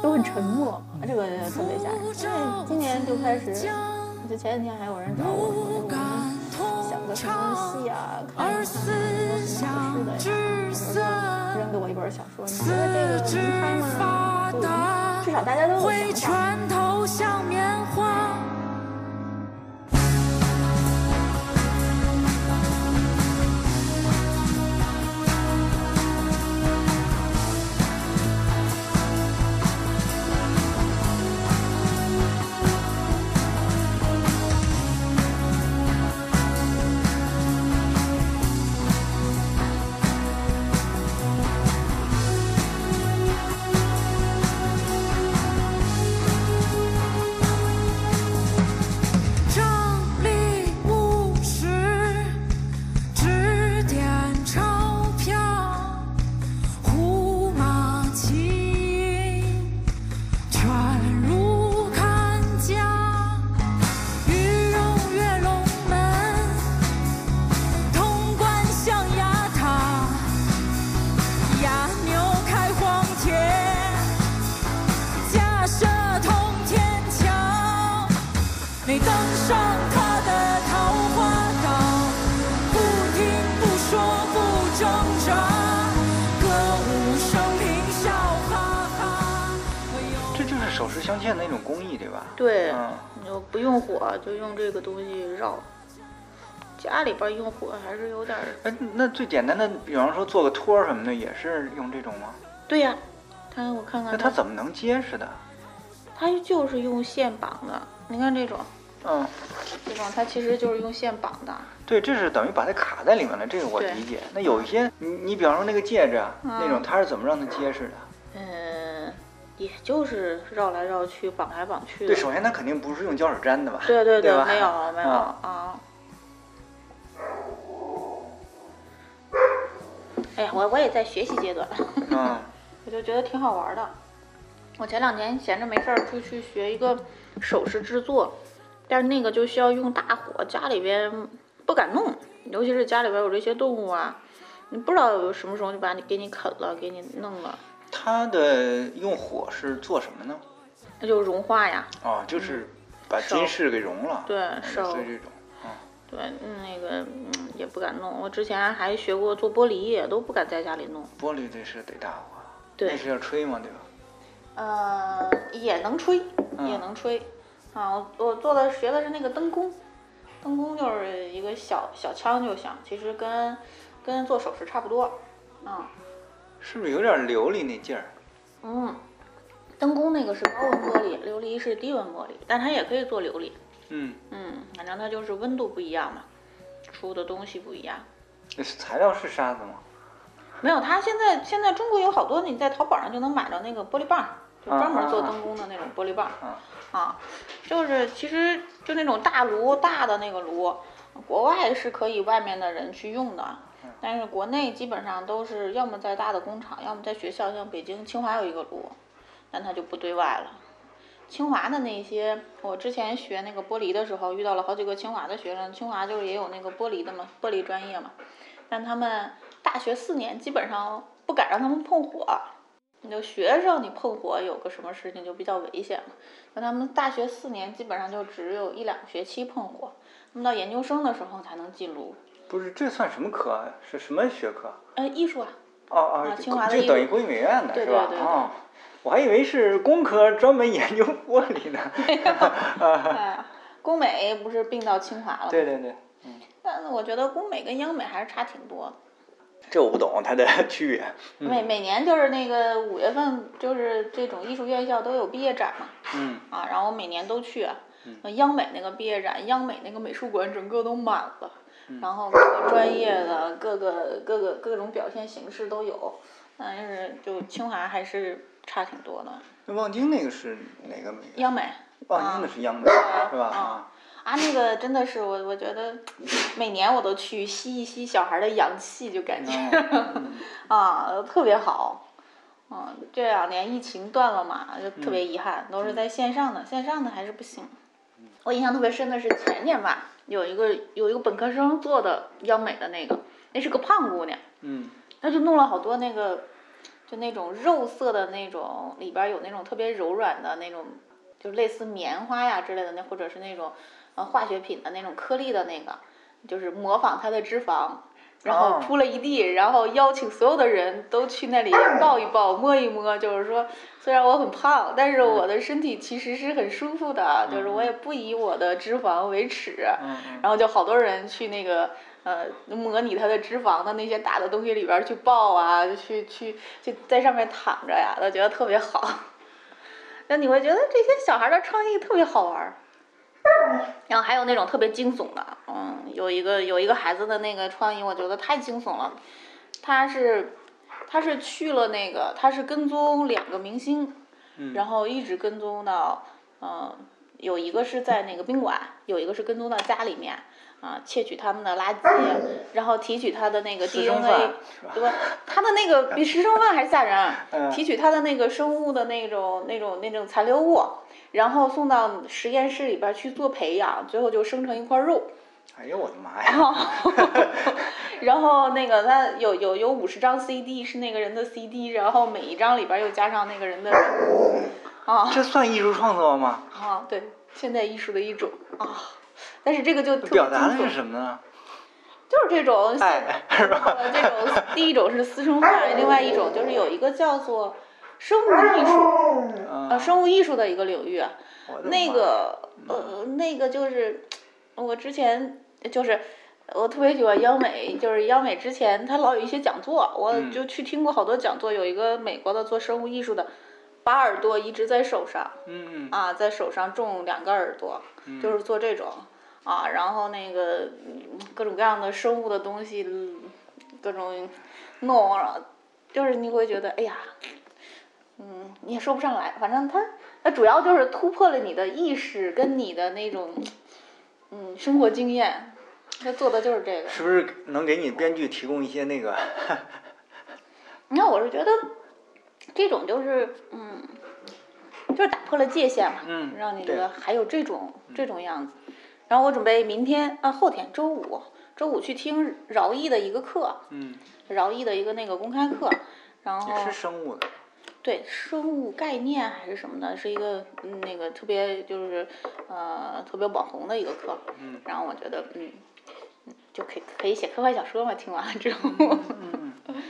S5: 都很沉默，这个特别吓人。但是今年就开始，就前几天还有人找我说我们想个什么戏啊，看看有没有什么合适的呀，或者说扔给我一本小说，你觉得这个能拍吗？都有至少大家都有
S3: 挥
S5: 想法。
S3: 拳头像棉花。正立无时，指点钞票，胡马骑，犬如看家，鱼龙跃龙门，潼关象牙塔，牙牛开荒田，架设通天桥。你登上他的桃花岛，不听不说不挣扎，歌舞升平笑哈哈。
S2: 这就是手拾香溅的一种工艺，对吧？
S5: 对
S2: 嗯，
S5: 你就不用火，就用这个东西绕。家里边儿用火还是有点儿。
S2: 哎，那最简单的，比方说做个托儿什么的，也是用这种吗？
S5: 对呀、它我看
S2: 那
S5: 看
S2: 它
S5: 它，
S2: 怎么能结实的？
S5: 它就是用线绑的。你看这种，
S2: 嗯，
S5: 这种它其实就是用线绑的。
S2: 对，这是等于把它卡在里面了，这个我
S5: 对
S2: 理解。那有一些，你你比方说那个戒指啊，那种它是怎么让它结实的？
S5: 嗯，也就是绕来绕去，绑来绑去的
S2: 对，。首先它肯定不是用胶水粘的吧？
S5: 对对
S2: 对吧，
S5: 没有没有
S2: 啊
S5: 啊。哎呀，我我也在学习阶段。
S2: 嗯
S5: 我就觉得挺好玩的。我前两年闲着没事儿就去学一个首饰制作，但是那个就需要用大火，家里边不敢弄，尤其是家里边有这些动物啊，你不知道有什么时候就把你给你啃了，给你弄了，
S2: 它的用火是做什么呢？
S5: 那就融化呀。
S2: 哦，就是把
S5: 烧
S2: 金饰给融了，
S5: 嗯对
S2: 嗯类
S5: 烧
S2: 似于这种。
S5: 对，嗯那个嗯也不敢弄。我之前还学过做玻璃，也都不敢在家里弄。
S2: 玻璃这是得大火，那
S5: 对，
S2: 是要吹嘛，对吧？
S5: 呃，也能吹，也
S2: 嗯
S5: 能吹。啊，我我做的学的是那个灯弓，灯弓就是一个小小枪就行，其实跟跟做首饰差不多。嗯
S2: 是不是有点琉璃那劲儿？
S5: 嗯，灯弓那个是高温玻璃，琉璃是低温玻璃，但它也可以做琉璃。
S2: 嗯，
S5: 嗯，反正它就是温度不一样嘛，出的东西不一样。
S2: 那是材料是沙子吗？
S5: 没有，它现在现在中国有好多你在淘宝上就能买到那个玻璃棒儿，就专门做灯工的那种玻璃棒儿。
S2: 啊
S5: 啊，就是其实就那种大炉大的那个炉，国外是可以外面的人去用的，但是国内基本上都是要么在大的工厂，要么在学校，像北京清华有一个炉，但它就不对外了。清华的那些，我之前学那个玻璃的时候，遇到了好几个清华的学生。清华就是也有那个玻璃的嘛，玻璃专业嘛，但他们大学四年基本上不敢让他们碰火。你就学生你碰火有个什么事情就比较危险嘛。那他们大学四年基本上就只有一两个学期碰火，那么到研究生的时候才能进炉。
S2: 不是，这算什么科啊？是什么学科？
S5: 呃，艺术啊，
S2: 哦哦
S5: 啊，清华的
S2: 这
S5: 艺
S2: 等于
S5: 术
S2: 工艺美院的
S5: 对
S2: 是吧？
S5: 对对对
S2: 哦，我还以为是工科专门研究玻璃
S5: (laughs)
S2: 呢。
S5: 哎，工美不是并到清华了吗？
S2: 对对对，
S5: 但是我觉得工美跟央美还是差挺多的。
S2: 这我不懂它的区别。
S5: 每每年就是那个五月份，就是这种艺术院校都有毕业展嘛，
S2: 嗯，
S5: 啊，然后每年都去。呃央美那个毕业展，央美那个美术馆整个都满了，然后各个专业的各个各个各种表现形式都有，但是就清华还是差挺多的。
S2: 那望京那个是哪个美？
S5: 央美
S2: 望京的是央美是吧？啊
S5: 啊，啊，那个真的是我我觉得每年我都去吸一吸小孩的阳气，就感觉、
S2: 嗯
S5: (laughs) 啊特别好。嗯，这两年疫情断了嘛，就特别遗憾，都是在线上的，线上的还是不行。我印象特别深的是前年吧，有一个有一个本科生做的央美的那个，那是个胖姑娘，
S2: 嗯
S5: 她就弄了好多那个，就那种肉色的那种，里边儿有那种特别柔软的那种，就类似棉花呀之类的那，或者是那种呃化学品的那种颗粒的那个，就是模仿她的脂肪。然后
S2: 哦
S5: 铺了一地，然后邀请所有的人都去那里抱一抱、摸一摸，就是说，虽然我很胖，但是我的身体其实是很舒服的，就是我也不以我的脂肪为耻。
S2: 嗯嗯，
S5: 然后就好多人去那个呃模拟它的脂肪的那些大的东西里边儿去抱啊，就去去就在上面躺着呀，都觉得特别好。那你会觉得这些小孩儿的创意特别好玩儿。
S2: 嗯
S5: 然后还有那种特别惊悚的，嗯，有一个有一个孩子的那个创意，我觉得太惊悚了。他是他是去了那个，他是跟踪两个明星，
S2: 嗯
S5: 然后一直跟踪到，嗯、有一个是在那个宾馆，有一个是跟踪到家里面，啊，窃取他们的垃圾，然后提取他的那个
S2: 嗯私生
S5: DNA，
S2: 饭是吧？
S5: 对，他的那个比师生饭还吓人，啊
S2: (laughs) 嗯
S5: 提取他的那个生物的那种那种那种残留物，然后送到实验室里边去做培养，最后就生成一块肉。
S2: 哎呦我的妈呀！
S5: (laughs) 然后那个他有有有五十张 CD 是那个人的 CD，然后每一张里边又加上那个人的啊
S2: (laughs) 这算艺术创作吗？
S5: 啊，对，现代艺术的一种啊。但是这个就特别
S2: 表达的
S5: 惊悚
S2: 是什么呢？
S5: 就是这种
S2: 爱是吧？
S5: 呃， (laughs) 这种第一种是私生饭，另外一种就是有一个叫做生物艺术，呃，
S2: 嗯，
S5: 生物艺术的一个领域。啊
S2: 我的嗯
S5: 那
S2: 妈
S5: 个呃，那个就是我之前就是我特别喜欢央美，就是央美之前他老有一些讲座，我
S2: 嗯
S5: 就去听过好多讲座。有一个美国的做生物艺术的，把耳朵移植在手上，
S2: 嗯嗯
S5: 啊，在手上种两个耳朵，就是做这种啊，然后那个嗯各种各样的生物的东西，嗯各种弄，就是你会觉得哎呀，嗯，你也说不上来，反正它它主要就是突破了你的意识跟你的那种嗯生活经验，它做的就是这个。
S2: 是不是能给你编剧提供一些那个？
S5: 你看，我是觉得这种就是嗯，就是打破了界限嘛，
S2: 嗯
S5: 让你觉
S2: 对嗯
S5: 得还有这种这种样子。然后我准备明天啊，后天周五，周五去听饶毅的一个课，
S2: 嗯，
S5: 饶毅的一个那个公开课，然后
S2: 也是生物的。
S5: 对生物概念还是什么的，是一个嗯那个特别就是呃特别网红的一个课。
S2: 嗯
S5: 然后我觉得嗯嗯就可以可以写科幻小说嘛，听完了之后。
S2: 嗯嗯，